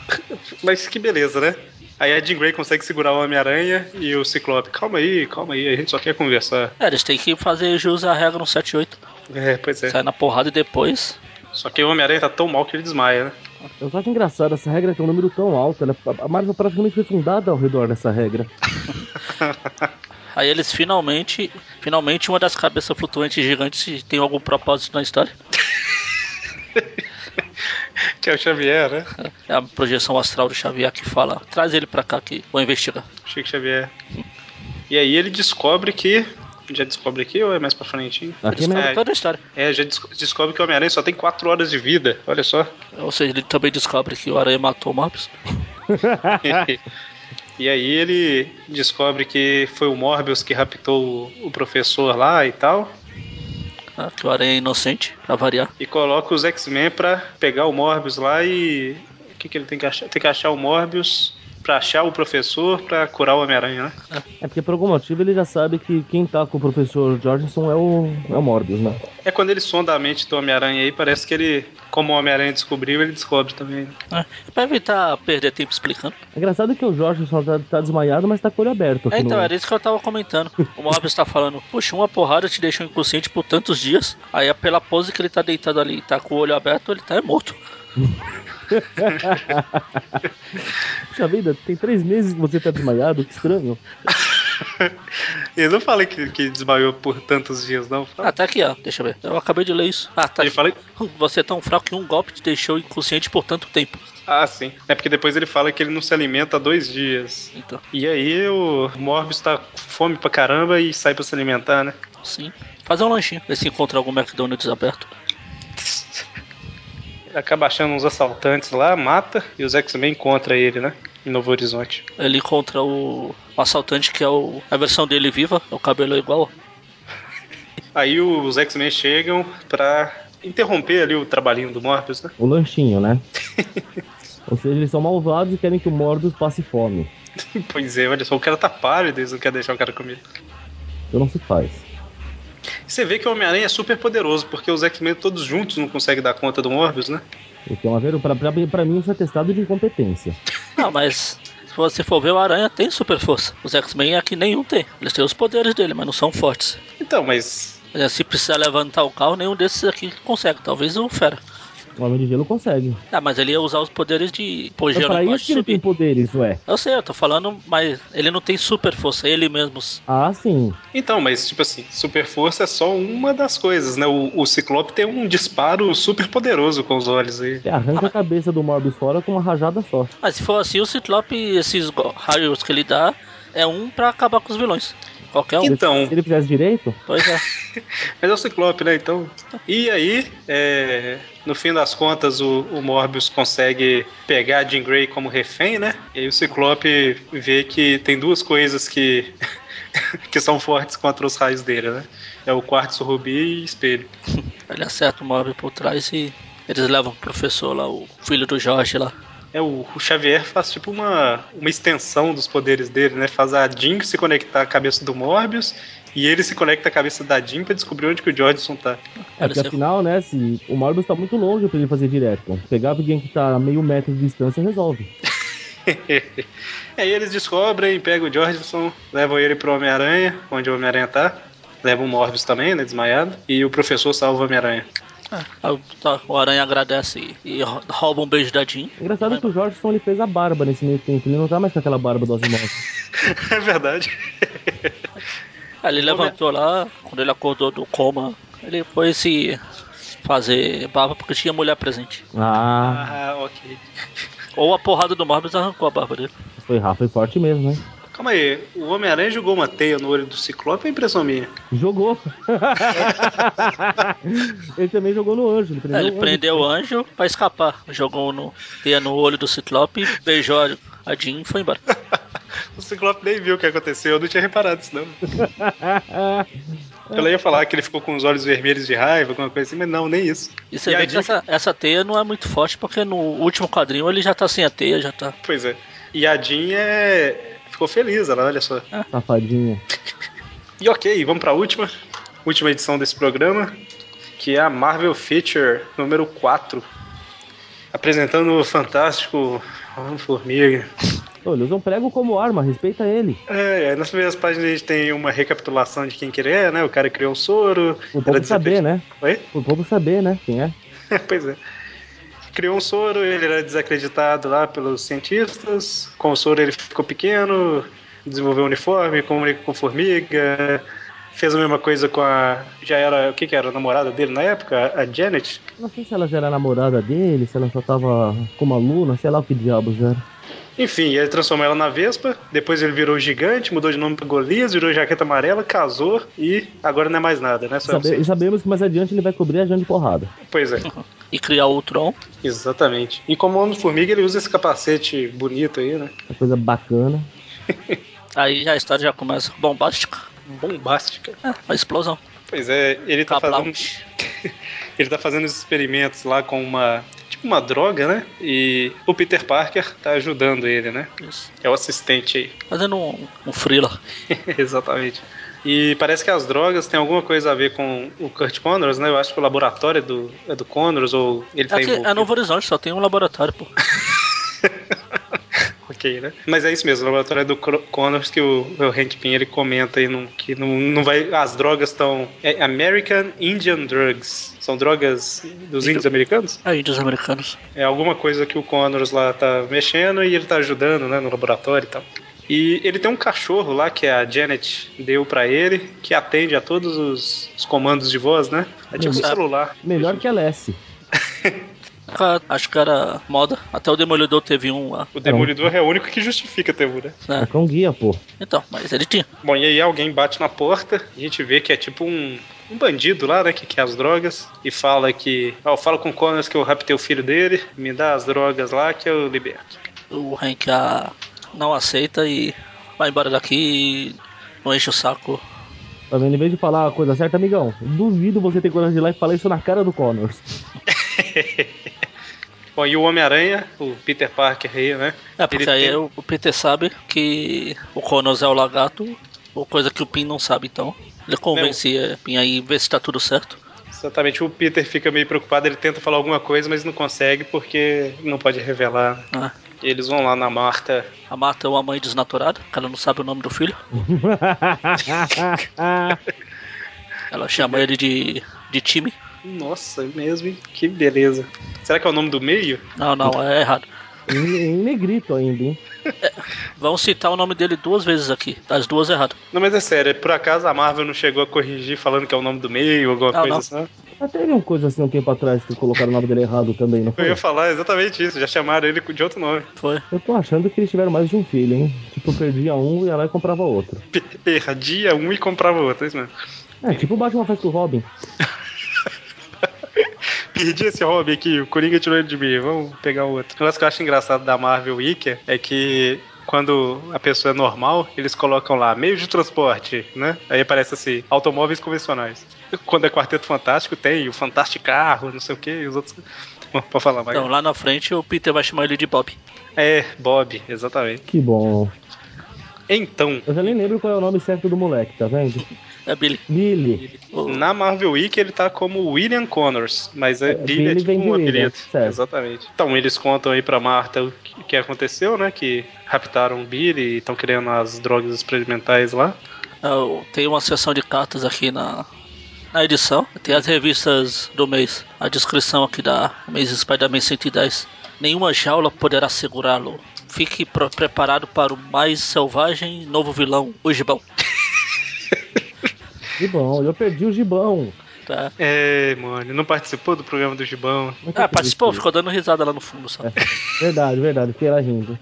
Mas que beleza, né? Aí a Jean Grey consegue segurar o Homem-Aranha e o Ciclope, calma aí, calma aí, a gente só quer conversar.
É, eles têm que fazer jus à regra 178.
É, pois é.
Sai na porrada e depois.
Só que o Homem-Aranha tá tão mal que ele desmaia, né?
Eu só acho engraçado, essa regra tem um número tão alto. ela- a Marvel praticamente foi fundada ao redor dessa regra.
Aí eles finalmente. Finalmente uma das cabeças flutuantes gigantes tem algum propósito na história.
Que é o Xavier, né?
É a projeção astral do Xavier que fala, traz ele pra cá que vou investigar.
Chico Xavier. E aí ele descobre que. Já descobre aqui ou é mais pra frente?
Aqui é mesmo.
Descobre toda a história.
É, já des- descobre que o Homem-Aranha só tem 4 horas de vida. Olha só.
Ou seja, ele também descobre que o Aranha matou o Morbius.
e aí ele descobre que foi o Morbius que raptou o- o professor lá e tal.
né, Que o Aranha é inocente, pra variar.
E coloca os X-Men pra pegar o Morbius lá e. O que, que ele tem que achar? Tem que achar o Morbius pra achar o professor pra curar o Homem-Aranha, né?
É porque por algum motivo ele já sabe que quem tá com o professor Jorgensen é o, é o Morbius, né?
É quando ele sonda a mente do Homem-Aranha aí, parece que ele, como o Homem-Aranha descobriu, ele descobre também. né?
né, Pra evitar perder tempo explicando.
É engraçado que o Jorgensen tá, tá desmaiado, mas tá com o olho aberto.
É,
aqui
então,
no-
era isso que eu tava comentando. O Morbius tá falando, puxa, uma porrada te deixou inconsciente por tantos dias. Aí é pela pose que ele tá deitado ali e tá com o olho aberto, ele tá é morto.
Puxa vida, tem três meses que você tá desmaiado, que estranho.
Eu não falei que, que desmaiou por tantos dias, não.
Ah, tá aqui, ó. Deixa eu ver. Eu acabei de ler isso. Ah, tá
Ele
aqui.
fala.
Você é tão fraco que um golpe te deixou inconsciente por tanto tempo.
Ah, sim. É porque depois ele fala que ele não se alimenta há dois dias.
Então,
E aí o Morbius tá com fome pra caramba e sai pra se alimentar, né?
sim. Fazer um lanchinho. Ver se encontra algum McDonald's aberto.
Ele acaba achando uns assaltantes lá, mata, e os X-Men encontra ele, né? Em Novo Horizonte.
Ele encontra o, o assaltante, que é o, a versão dele viva, é o cabelo igual.
Aí os X-Men chegam pra interromper ali o trabalhinho do Morbius, né?
O lanchinho, né? Ou seja, eles são malvados e querem que o Morbius passe fome.
Pois é, olha só, o cara tá pálido, eles não querem deixar o cara comer.
Então não se faz.
Você vê que o Homem-Aranha é super poderoso, porque os X-Men todos juntos não conseguem dar conta do Morbius, né?
Então, a ver, pra, pra, pra mim isso é testado de incompetência.
Não, Ah, mas se você for ver, o Aranha tem super força. Os X-Men aqui nenhum tem. Eles têm os poderes dele, mas não são fortes.
Então, mas.
Mas, assim, Se precisar levantar o carro, nenhum desses aqui consegue. Talvez o Fera.
O Um Homem de Gelo consegue.
Ah, mas ele ia usar os poderes de. Pô,
É
gelo
pra
não
isso
pode
que ele tem
subir.
poderes, ué.
Eu sei, eu tô falando, mas ele não tem super força. Ele mesmo.
Ah, sim.
Então, mas, tipo assim, super força é só uma das coisas, né? O, o Ciclope tem um disparo super poderoso com os olhos aí.
Ele arranca a cabeça do Morbius fora com uma rajada só.
Mas se for assim, o Ciclope, esses go- raios que ele dá, é um pra acabar com os vilões. Qualquer um.
Então,
Se ele fizesse direito,
Pois é.
mas é o Ciclope, né? Então. E aí, é, no fim das contas, o, o Morbius consegue pegar a Jean Grey como refém, né? E aí o Ciclope vê que tem duas coisas que. que são fortes contra os raios dele, né? É o quartzo rubi e espelho.
Ele acerta o Morbius por trás e eles levam o professor lá, o filho do Jorge lá.
É, o, o Xavier faz tipo uma, uma extensão dos poderes dele, né? Faz a Jean se conectar à cabeça do Morbius e ele se conecta à cabeça da Jean pra descobrir onde que o Jordison tá.
é
Olha,
porque
você-
afinal, né, se o Morbius tá muito longe pra ele fazer direto. Pegar alguém que tá a meio metro de distância resolve.
Aí eles descobrem, pegam o Jorgensen, levam ele pro Homem-Aranha, onde o Homem-Aranha tá. Levam o Morbius também, né, desmaiado. E o professor salva o Homem-Aranha.
Ah, tá, O Aranha agradece e, e rou- rouba um beijo da Jean.
Engraçado que o Jorgeson ele fez a barba nesse meio tempo. Ele não tá mais com aquela barba do Osmose.
é verdade.
Aí Ele levantou lá, quando ele acordou do coma, ele foi se fazer barba porque tinha mulher presente.
Ah,
Ah, ok.
Ou a porrada do Morbius arrancou a barba dele.
foi Rafa, foi forte mesmo, né?
Calma aí, o Homem-Aranha jogou uma teia no olho do Ciclope, é impressão minha.
Jogou. ele também jogou no anjo. Ele prendeu
Aí
o
ele
anjo.
prendeu o anjo pra escapar. Jogou no, teia no olho do Ciclope, beijou a- a Jean e foi embora.
O Ciclope nem viu o que aconteceu, eu não tinha reparado isso não. Ela ia falar que ele ficou com os olhos vermelhos de raiva, alguma coisa assim, mas não, nem isso.
E você
E a
vê que
dica-
essa, essa teia não é muito forte, porque no último quadrinho ele já tá sem a teia, já tá.
Pois é. E a Jean é... ficou feliz, ela, olha só.
Safadinha.
E ok, vamos pra última. Última edição desse programa, que é a Marvel Feature número 4. Apresentando o fantástico Homem-Formiga.
Ô, ele usa um prego como arma, respeita ele.
É, é, nas primeiras páginas a gente tem uma recapitulação de quem que ele é, né? O cara criou um soro.
Pro
era
povo saber, né?
Oi?
Pro povo saber, né? Quem é?
pois é. Criou um soro, ele era desacreditado lá pelos cientistas. Com o soro ele ficou pequeno, desenvolveu um uniforme, comunica com formiga. Fez a mesma coisa com a. Já era. O que que era? A namorada dele na época? A Janet?
Não sei se ela já era namorada dele, se ela só tava como aluna, sei lá o que diabos era.
Enfim, ele transformou ela na Vespa. Depois ele virou gigante, mudou de nome pra Golias, virou jaqueta amarela, casou e agora não é mais nada, né? Só é um
Sabe-
cientista.
sabemos que mais adiante ele vai cobrir a Jane de porrada.
Pois é.
E criar o Tron.
Exatamente. E como Homem-Formiga, ele usa esse capacete bonito aí, né?
Uma coisa bacana.
Aí já a história já começa bombástica.
Bombástica.
É, uma explosão.
Pois é, ele tá
Caplau.
fazendo. ele tá fazendo os experimentos lá com uma. Tipo uma droga, né? E o Peter Parker tá ajudando ele, né?
Isso.
É o assistente aí.
Fazendo um, um freela.
Exatamente. E parece que as drogas têm alguma coisa a ver com o Kurt Connors, né? Eu acho que o laboratório é do, é do Connors, ou ele tá
Aqui
envolvido.
é Novo Horizonte, só tem um laboratório, pô.
Ok, né? Mas é isso mesmo, o laboratório do Cro- Connors que o, o Hank Pym ele comenta aí num- que não, não vai. As drogas estão. É American Indian Drugs. São drogas dos índios americanos?
Aí dos americanos.
É alguma coisa que o Connors lá tá mexendo e ele tá ajudando, né, no laboratório e tal. E ele tem um cachorro lá que a Janet deu pra ele, que atende a todos os, os comandos de voz, né? É tipo um
Exato.
celular.
Melhor que a Lessie.
Ah, Acho que era moda. Até o Demolidor teve um lá.
O Demolidor é o único que justifica ter Buda.
É
né?
com guia, pô.
É.
Então, mas ele tinha.
Bom, e aí alguém bate na porta, a gente vê que é tipo um, um bandido lá, né, que quer as drogas, e fala que, ó, fala com o Connors que eu raptei o filho dele, me dá as drogas lá que eu liberto.
O Hank ah, não aceita e vai embora daqui e não enche o saco.
Tá vendo? Em vez de falar a coisa certa, amigão, duvido você ter coragem de ir lá e falar isso na cara do Connors.
Bom, e o Homem-Aranha, o Peter Parker aí, né?
É, porque
ele
aí
tem-
o o Peter sabe que o Connors é o lagarto, ou coisa que o Pin não sabe, então. Ele convence é, Pin aí, vê se tá tudo certo.
Exatamente, o Peter fica meio preocupado, ele tenta falar alguma coisa, mas não consegue porque não pode revelar.
né?
Eles vão lá na Marta.
A Marta é uma mãe desnaturada, que ela não sabe o nome do filho. Ela chama ele de, de time.
Nossa, é mesmo, hein? Que beleza. Será que é o nome do meio?
Não, não, é errado.
em, em negrito ainda, hein?
Vão citar o nome dele duas vezes aqui, das duas erradas.
Não, mas é sério, por acaso a Marvel não chegou a corrigir falando que é o nome do meio, alguma
Não,
coisa
não.
assim?
Mas teve uma coisa assim um tempo atrás que colocaram o nome dele errado também, não
Eu
foi?
ia falar exatamente isso, já chamaram ele de outro nome.
Foi.
Eu tô achando que eles tiveram mais de um filho, hein? Tipo, eu perdia um e ia lá e comprava outro.
P- Perdia um e comprava outro, é isso mesmo.
É, tipo o Batman Faz com o Robin.
Perdi esse hobby aqui, o Coringa tirou ele de mim, vamos pegar outro. O negócio que eu acho engraçado da Marvel Wiki é que quando a pessoa é normal, eles colocam lá meio de transporte, né? Aí aparece assim, automóveis convencionais. Quando é Quarteto Fantástico, tem o Fantástico Carro, não sei o que, os outros... Bom, Pode falar,
Então,
Magal.
lá na frente o Peter vai chamar ele de Bob.
É, Bob, exatamente.
Que bom.
Então,
Eu já nem lembro qual é o nome certo do moleque, tá vendo?
É Billy.
Billy.
O-
Na Marvel Week ele tá como William Connors, mas é,
É,
Billy é
Billy
tipo
vem de
um
William,
apelido.
certo.
Exatamente. Então eles contam aí pra Marta o que, que aconteceu, né? Que raptaram o Billy e estão criando as drogas experimentais lá.
Ah, o- Tem uma seção de cartas aqui na, na edição. Tem as revistas do mês. A descrição aqui da mês Spider-Man 110. Nenhuma jaula poderá segurá-lo. Fique pro- preparado para o mais selvagem novo vilão, o Gibão.
Gibão, eu perdi o Gibão.
Tá.
É, mano, não participou do programa do Gibão.
Muito
Ah,
triste
participou,
isso.
ficou dando risada lá no fundo, só.
Verdade, verdade, fiquei lá rindo.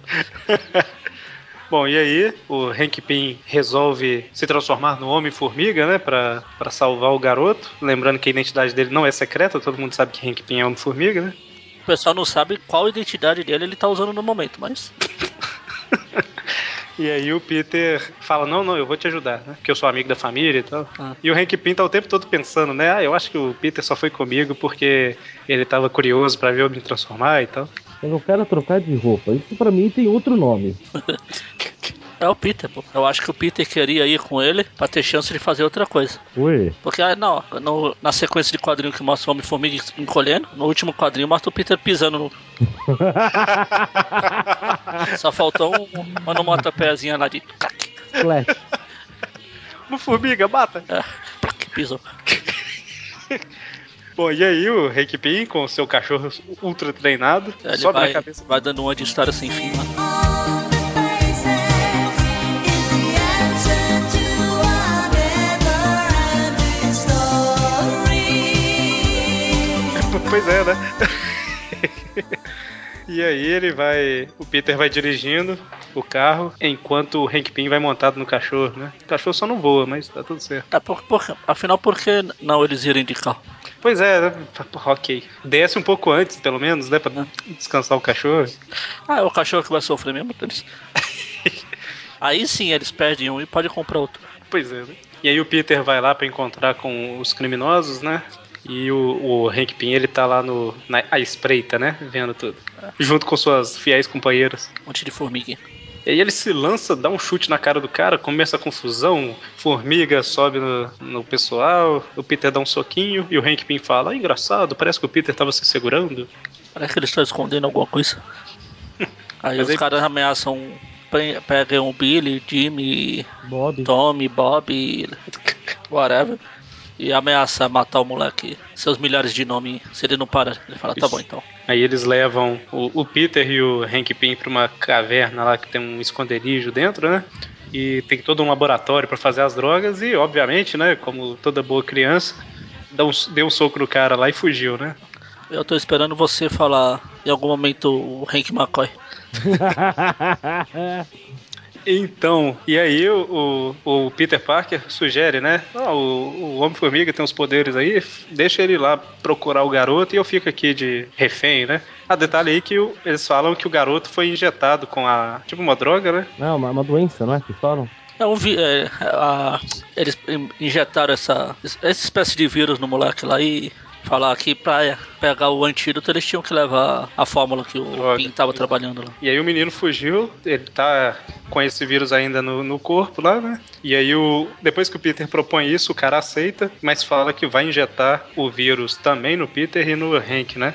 Bom, e aí o Hank Pym resolve se transformar no Homem-Formiga, né? Pra, pra salvar o garoto. Lembrando que a identidade dele não é secreta, todo mundo sabe que Hank Pym é Homem-Formiga, né?
O pessoal não sabe qual identidade dele ele tá usando no momento, mas.
E aí o Peter fala, não, não, eu vou te ajudar, né? Porque eu sou amigo da família e tal.
Ah.
E o Hank Pym tá o tempo todo pensando, né? Ah, eu acho que o Peter só foi comigo porque ele tava curioso pra ver eu me transformar e tal.
Mas É eu quero trocar de roupa. Isso pra mim tem outro nome.
É o Peter, pô. Eu acho que o Peter queria ir com ele pra ter chance de fazer outra coisa.
Ué.
Porque ah, não, no- na sequência de quadrinho que mostra o Homem-Formiga encolhendo, no último quadrinho mostra o Peter pisando no. Só faltou um, uma onomatopeiazinha lá de. clac,
Clash.
Uma formiga, mata!
ah, plac, pisou.
Bom, e aí o Hank Pym, com o seu cachorro ultra treinado,
Ele
sobe
vai,
na cabeça.
vai dando uma de história sem fim lá.
All the faces is the answer to a never-ending story.
Pois é, né? E aí ele vai. O Peter vai dirigindo o carro, enquanto o Hank Pym vai montado no cachorro, né? O cachorro só não voa, mas tá tudo certo.
Tá, por, por- afinal, por que não eles irem de carro?
Pois é, né? Porra, ok. Desce um pouco antes, pelo menos, né? Pra descansar o cachorro.
Ah, é o cachorro que vai sofrer mesmo, então eles. Aí sim eles perdem um e podem comprar outro.
Pois é, né? E aí o Peter vai lá pra encontrar com os criminosos, né? E o, o Hank Pym, ele tá lá no, na à espreita, né? Vendo tudo. Junto com suas fiéis companheiras.
Um monte de formiguinha.
E aí ele se lança, dá um chute na cara do cara, começa a confusão, formiga sobe no, no pessoal, o Peter dá um soquinho e o Hank Pym fala, ah, engraçado, parece que o Peter tava se segurando.
Parece que eles estão escondendo alguma coisa. Aí
Mas
os
aí-
caras ameaçam. um, pe- Pegam o Billy, Jimmy,
Bob.
Tommy, Bob, whatever. E ameaça matar o moleque. Seus milhares de nomes, se ele não para, ele fala, tá
Isso.
bom então.
Aí eles levam o, o Peter e o Hank Pym pra uma caverna lá que tem um esconderijo dentro, né? E tem todo um laboratório pra fazer as drogas e, obviamente, né, como toda boa criança, dá um- deu um soco no cara lá e fugiu, né?
Eu tô esperando você falar em algum momento o Hank McCoy.
Então, e aí o, o, o Peter Parker sugere, né? "Ah, o, o Homem-Formiga tem os poderes aí, f- deixa ele lá procurar o garoto e eu fico aqui de refém, né? Ah, detalhe aí que o- eles falam que o garoto foi injetado com a. tipo uma droga, né?
Não, uma, uma doença, não é? Que falam?
É um vi é, a- eles in- injetaram essa, essa espécie de vírus no moleque lá e falar que pra pegar o antídoto eles tinham que levar a fórmula que o
Droga.
Pim tava trabalhando lá.
E aí o menino fugiu, ele tá com esse vírus ainda no, no corpo lá, né? E aí o. Depois que o Peter propõe isso, o cara aceita, mas fala que vai injetar o vírus também no Peter e no Hank, né?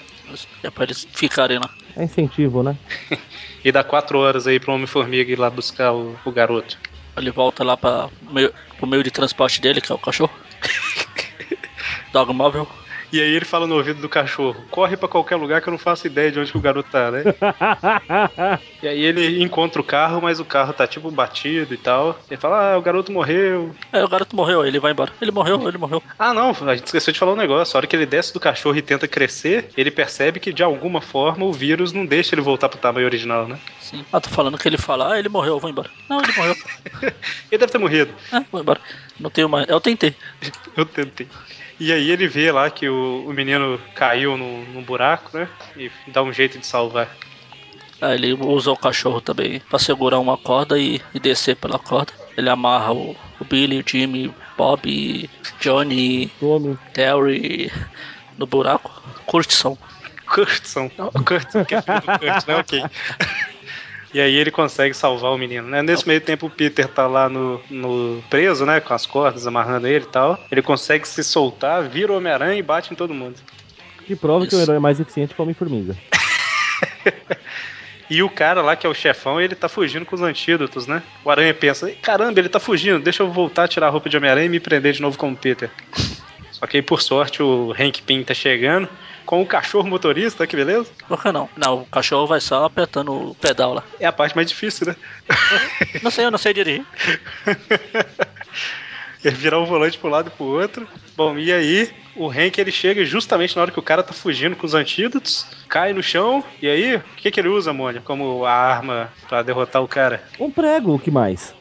É pra eles ficarem lá.
É incentivo, né?
E dá quatro horas aí pro Homem-Formiga ir lá buscar o, o garoto.
Ele volta lá pra, meio, pro meio de transporte dele, que é o cachorro. Dogmóvel.
E aí ele fala no ouvido do cachorro: corre pra qualquer lugar que eu não faço ideia de onde que o garoto tá, né? e aí ele encontra o carro, mas o carro tá tipo batido e tal. Ele fala: ah, o garoto morreu.
Aí É, o garoto morreu, ele vai embora. Ele morreu, ele morreu.
Ah, não, a gente esqueceu de falar um negócio. A hora que ele desce do cachorro e tenta crescer, ele percebe que de alguma forma o vírus não deixa ele voltar pro tamanho original, né?
Sim. Ah, tô falando que ele fala, ah, ele morreu, eu vou embora. Não, ele morreu.
Ele deve ter morrido.
Ah, vou embora. Não tenho mais. Eu tentei.
Eu tentei. E aí ele vê lá que o, o menino caiu num, num buraco, né? E dá um jeito de salvar.
Aí Ah, ele usa o cachorro também pra segurar uma corda e, e descer pela corda. Ele amarra o, o Billy, o Jimmy, Bob, Johnny,
Tome.
Terry no buraco. Curtição.
Kurtzson. O Kurtzson, que é filho do Kurt, né? Ok. E aí ele consegue salvar o menino, né? Nesse meio tempo o Peter tá lá no, no preso, né? Com as cordas amarrando ele e tal. Ele consegue se soltar, vira o Homem-Aranha e bate em todo mundo.
Que prova que o
Isso.
herói é mais eficiente que o Homem-Formiga.
E o cara lá, que é o chefão, ele tá fugindo com os antídotos, né? O Aranha pensa, "Ih, caramba, ele tá fugindo, deixa eu voltar a tirar a roupa de Homem-Aranha e me prender de novo com o Peter. Só que aí, por sorte, o Hank Pym tá chegando com o cachorro motorista, que beleza?
Por que não? Não, o cachorro vai só apertando o pedal lá.
É a parte mais difícil, né?
Não sei, eu não sei dirigir.
Ele É virar o volante pro lado e pro outro. Bom, e aí o Hank ele chega justamente na hora que o cara tá fugindo com os antídotos, cai no chão, e aí o que, que ele usa, Mônica, como a arma pra derrotar o cara?
Um prego, o que mais?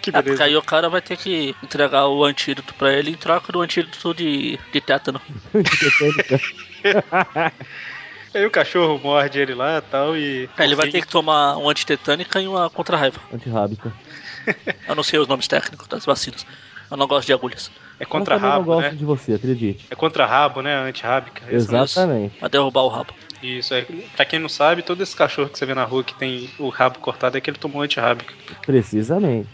Que
É, porque
beleza.
aí o cara vai ter que entregar o antídoto pra ele em troca do antídoto de, de tétano.
Aí o cachorro morde ele lá e tal, e.
Aí É, ele vai ter que tomar um antitetânica e uma contra-raiva.
Antirrábica.
Eu não sei os nomes técnicos das vacinas. Eu não gosto de
É
agulhas.
Eu também não
contra-rabo,
gosto
né?
de você, acredite.
É contra-rabo, né? Antirrábica.
É
Isso, né?
Exatamente.
Pra derrubar o rabo.
Isso, é. Pra quem não sabe, todo esse cachorro que você vê na rua que tem o rabo cortado é que ele tomou antirrábica.
Precisamente.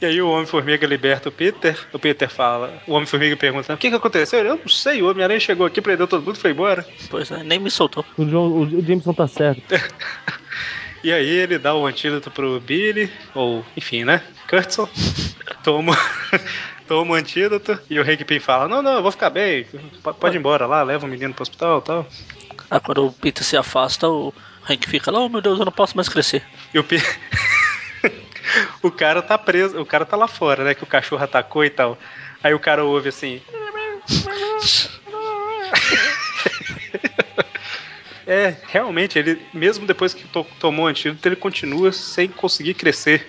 E aí o Homem-Formiga liberta o Peter. O Peter fala. O Homem-Formiga pergunta: O que, que aconteceu? Ele, eu não sei. O Homem-Aranha chegou aqui, prendeu todo mundo e foi embora.
Pois é, nem me soltou.
O, John- o Jameson tá certo.
E aí ele dá o antídoto pro Billy, ou enfim, né? Kurtzon. Toma. Toma o antídoto e o Hank Pym fala: Não, não, eu vou ficar bem, P- pode ir embora lá, leva o menino pro hospital e tal.
Aí quando o Peter se afasta, o Hank fica lá, oh meu Deus, eu não posso mais crescer.
E o Pe... o cara tá preso, o cara tá lá fora, né? Que o cachorro atacou e tal. Aí o cara ouve assim. É, realmente, ele, mesmo depois que to- tomou o antídoto, ele continua sem conseguir crescer.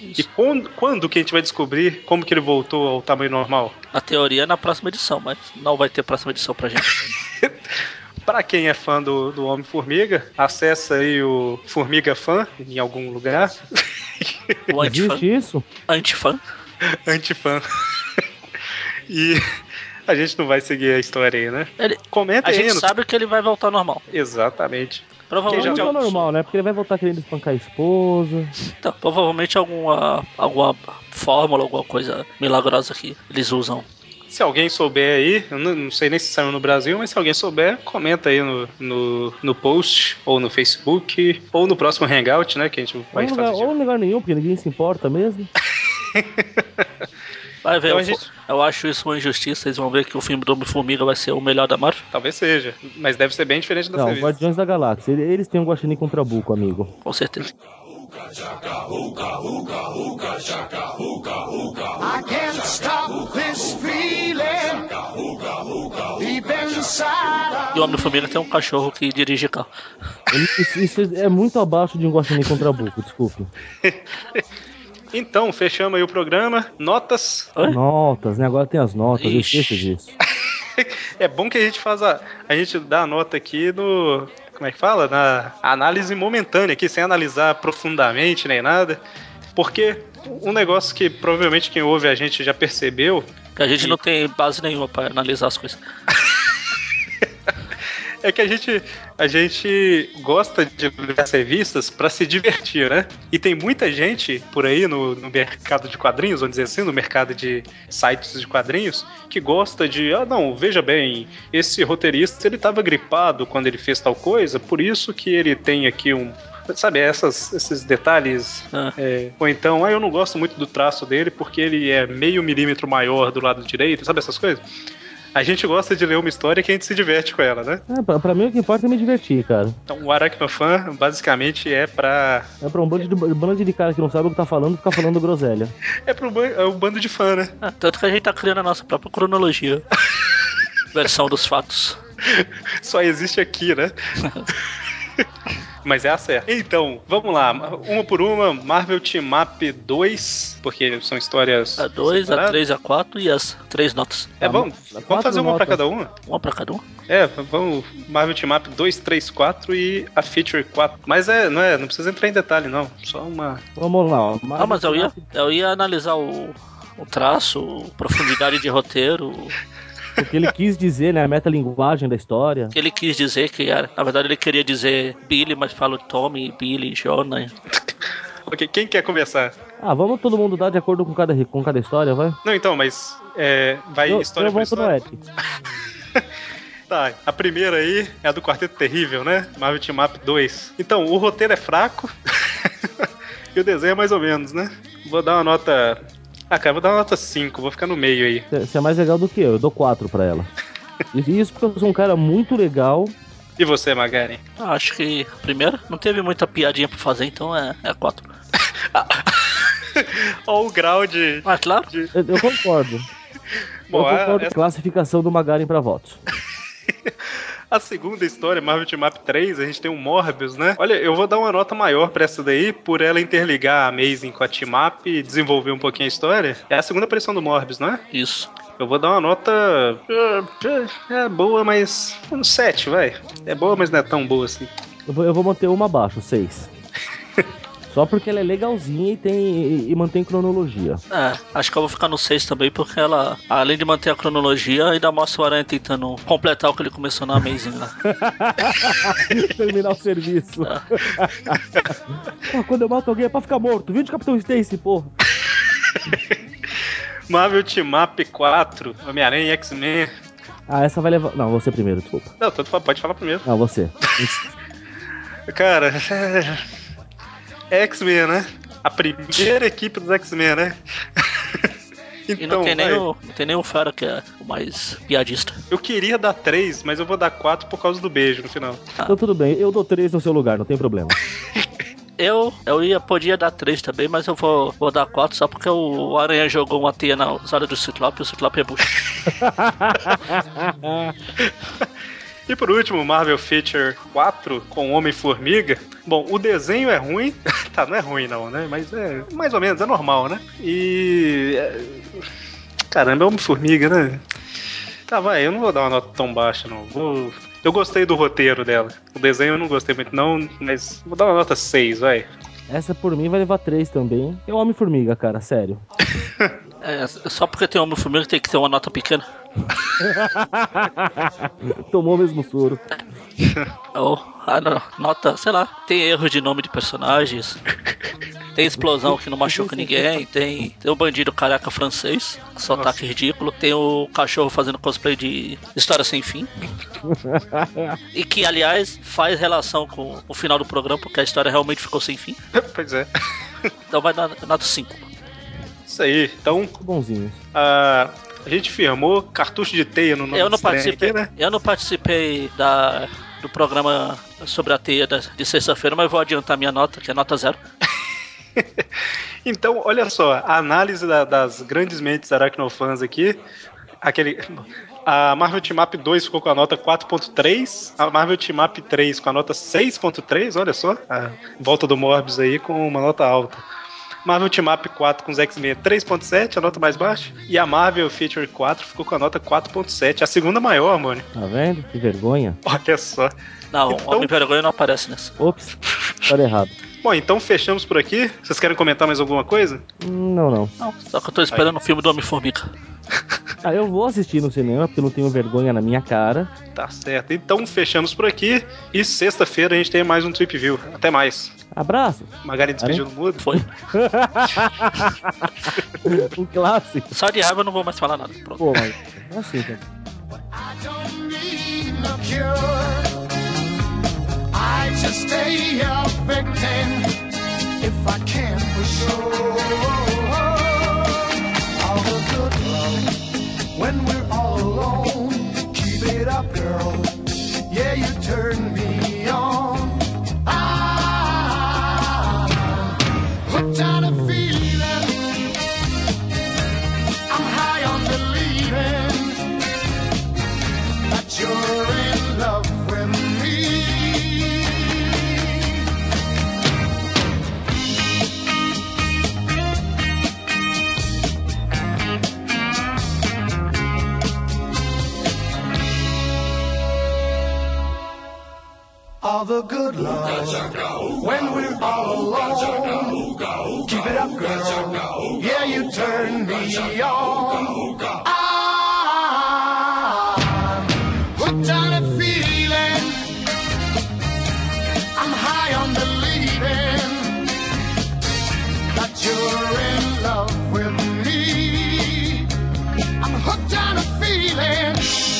E quando, quando que a gente vai descobrir como que ele voltou ao tamanho normal?
Na teoria é na próxima edição, mas não vai ter próxima edição pra gente.
Pra quem é fã do, do Homem-Formiga, acessa aí o Formiga Fã em algum lugar.
O antifã.
Existe isso?
antifã.
antifã. e a gente não vai seguir a história aí, né?
Ele-
Comenta
a
aí.
gente
no-
sabe que ele vai voltar ao normal.
Exatamente.
Provavelmente,
Quem
Não
já-
é normal, né? Porque ele vai voltar querendo espancar a esposa.
Então, provavelmente alguma, alguma fórmula, alguma coisa milagrosa que eles usam.
Se alguém souber aí, eu não, não sei nem se saiu no Brasil, mas se alguém souber, comenta aí no, no, no post, ou no Facebook, ou no próximo Hangout, né? Que a gente
Ou
vai
em
fazer.
lugar,
de-
ou em lugar nenhum, porque ninguém se importa mesmo.
Vai ver,
Então
eu,
a gente-
eu acho isso uma injustiça. Vocês vão ver que o filme do Homem-Formiga vai ser o melhor da Marvel,
Talvez seja, mas deve ser bem diferente da
Não,
serviço.
Guardiões da Galáxia. Ele- Eles têm um guaxinim com trabuco, amigo.
com certeza.
I can't stop this feeling deep inside of
E o Homem-Formiga tem um cachorro que dirige carro.
Ele- Isso, isso é muito abaixo de um guaxinim com trabuco, desculpe.
Então, fechamos aí o programa. Notas.
Hã?
Notas, né? Agora tem as notas, eu
Ixi.
esqueço disso.
É bom que a gente faz a. A gente dá a nota aqui no. Como é que fala? Na análise momentânea aqui, sem analisar profundamente nem nada. Porque um negócio que provavelmente quem ouve a gente já percebeu
Que a gente não tem base nenhuma pra analisar as coisas.
é que a gente, a gente gosta de ler as revistas para se divertir, né? E tem muita gente por aí no, no mercado de quadrinhos, vamos dizer assim, no mercado de sites de quadrinhos, que gosta de, ah, não, veja bem, esse roteirista ele estava gripado quando ele fez tal coisa, por isso que ele tem aqui um. Sabe, essas, esses detalhes
Ah.
é, ou então, ah, eu não gosto muito do traço dele porque ele é meio milímetro maior do lado direito, sabe essas coisas? A gente gosta de ler uma história que a gente se diverte com ela, né?
É, pra, pra mim o que importa é me divertir, cara.
Então, o Aracnofan basicamente é pra.
É pra um bando de, um bando de cara que não sabe o que tá falando ficar falando groselha.
É pro ban- é o bando de fã, né?
Ah, tanto que a gente tá criando a nossa própria cronologia. Versão dos fatos.
Só existe aqui, né? Mas é a certa. Então, vamos lá. Uma por uma, Marvel Team Up 2, porque são histórias.
A 2, a
separadas.
3, a 4 e as três notas.
É, vamos, vamos
Quatro
fazer uma pra
notas.
cada uma?
Uma pra cada um? uma.
É, vamos Marvel Team Up 2, 3, 4 e a Feature 4. Mas é, não é, não precisa entrar em detalhe não, só uma
Vamos lá, ó.
Ah, mas eu ia, eu ia analisar o, o traço, profundidade de roteiro,
O que ele quis dizer, né? A metalinguagem da história.
Que ele quis dizer que era. Na verdade, ele queria dizer Billy, mas falou Tommy, Billy, John, né?
Ok, quem quer começar?
Ah, vamos todo mundo dar de acordo com cada, com cada história, vai?
Não, então, mas é, vai
eu,
história
eu
por
volto no
história.
Eric.
Tá, a primeira aí é a do Quarteto Terrível, né? Marvel Team Up 2. Então, o roteiro é fraco e o desenho é mais ou menos, né? Vou dar uma nota. Ah, cara, vou dar uma nota 5, vou ficar no meio aí.
Você você é mais legal do que eu, eu dou quatro pra ela. E Isso porque eu sou um cara muito legal.
E você, Magari?
Ah, Acho que, primeiro, não teve muita piadinha pra fazer, então é, é quatro.
Olha o grau de.
Mas claro,
Eu, eu concordo. eu
Bom, é, a-
concordo com a
essa-
classificação do Magaren pra votos.
A segunda história, Marvel Team Up 3, a gente tem um Morbius, né? Olha, eu vou dar uma nota maior pra essa daí, por ela interligar a Amazing com a Team Up e desenvolver um pouquinho a história. É a segunda aparição do Morbius, não é?
isso.
Eu vou dar uma nota. é, É, é boa, mas. Um 7, vai. É boa, mas não é tão boa assim.
Eu vou, eu vou manter uma abaixo, seis. Só porque ela é legalzinha e, tem, e, e mantém cronologia.
É, acho que eu vou ficar no seis também, porque ela, além de manter a cronologia, ainda mostra o Aranha tentando completar o que ele começou na Amazing lá.
Terminar o serviço. Pô, quando eu mato alguém é pra ficar morto. Viu de Capitão Stacy, porra?
Marvel Team Up 4, Homem-Aranha e X-Men.
Ah, essa vai levar. Não, você primeiro, desculpa.
Não, tanto fa- pode falar primeiro.
Não, você.
Cara, é. é X-Men, né? A primeira equipe dos X-Men, né?
E não, tem, nem
Então, vai.
o, não tem nem o Fera, que é o mais piadista.
Eu queria dar 3, mas eu vou dar 4 por causa do beijo no final.
Então tudo bem, eu dou três no seu lugar, não tem problema.
Eu, eu ia, podia dar três também, mas eu vou, vou dar quatro só porque o Aranha jogou uma teia na usada do Ciclope e o Ciclope é bucha.
E por último, Marvel Feature 4 com Homem-Formiga. Bom, o desenho é ruim. tá, não é ruim não, né? Mas é mais ou menos, é normal, né? E. é, Caramba, é Homem-Formiga, né? Tá, vai, eu não vou dar uma nota tão baixa, não. Vou- Eu gostei do roteiro dela. O desenho eu não gostei muito, não, mas vou dar uma nota 6, vai.
Essa por mim vai levar três também. É o Homem-Formiga, cara, sério.
É, só porque tem homem formiga tem que ter uma nota pequena.
Tomou mesmo soro.
Ou, ah, não, nota, sei lá, tem erro de nome de personagens. Tem explosão que não machuca ninguém, tem, tem o bandido careca francês, com sotaque ridículo, tem o cachorro fazendo cosplay de História Sem Fim. E que, aliás, faz relação com o final do programa, porque a história realmente ficou sem fim.
pois é.
Então vai dar nota 5.
Isso aí. Então,
Bonzinhos.
a, a gente firmou cartucho de né? teia no nosso
Eu não participei, eu não participei da, do programa sobre a teia da- de sexta-feira, mas vou adiantar minha nota, que é nota zero.
Então, olha só, a análise da- das grandes mentes aracnofãs aqui, aquele a Marvel Team Up 2 ficou com a nota 4.3, a Marvel Team Up 3 com a nota 6.3, olha só, a volta do Morbius aí com uma nota alta. Marvel Team Up 4 com os X-Men 3.7, a nota mais baixa, e a Marvel Feature 4 ficou com a nota 4.7, a segunda maior, mano.
Tá vendo? Que vergonha.
Olha só.
Não,
Então-
Homem Vergonha não aparece nessa.
Ops, falei errado.
Bom, então fechamos por aqui. Vocês querem comentar mais alguma coisa?
Hum, Não, não.
Não, só que eu tô esperando o filme do Homem-Formiga.
Ah, eu vou assistir no cinema porque eu não tenho vergonha na minha cara.
Tá certo. Então fechamos por aqui e sexta-feira a gente tem mais um Trip View. Até mais.
Abraço.
Magari despediu no mudo.
Foi.
um clássico.
Só de raiva eu não vou mais falar nada. Pronto.
Pô, mas é assim, cara.
I don't need no cure. I just stay here victim if I can for sure. All the good love when we're all alone. Keep it up, girl. Yeah, you turn me on. Ah, I'm hooked on a feeling. I'm high on believing that you're in love with me. All the good love when we're all alone. Keep it up, girl. Yeah, you turn me on. Ah. feeling.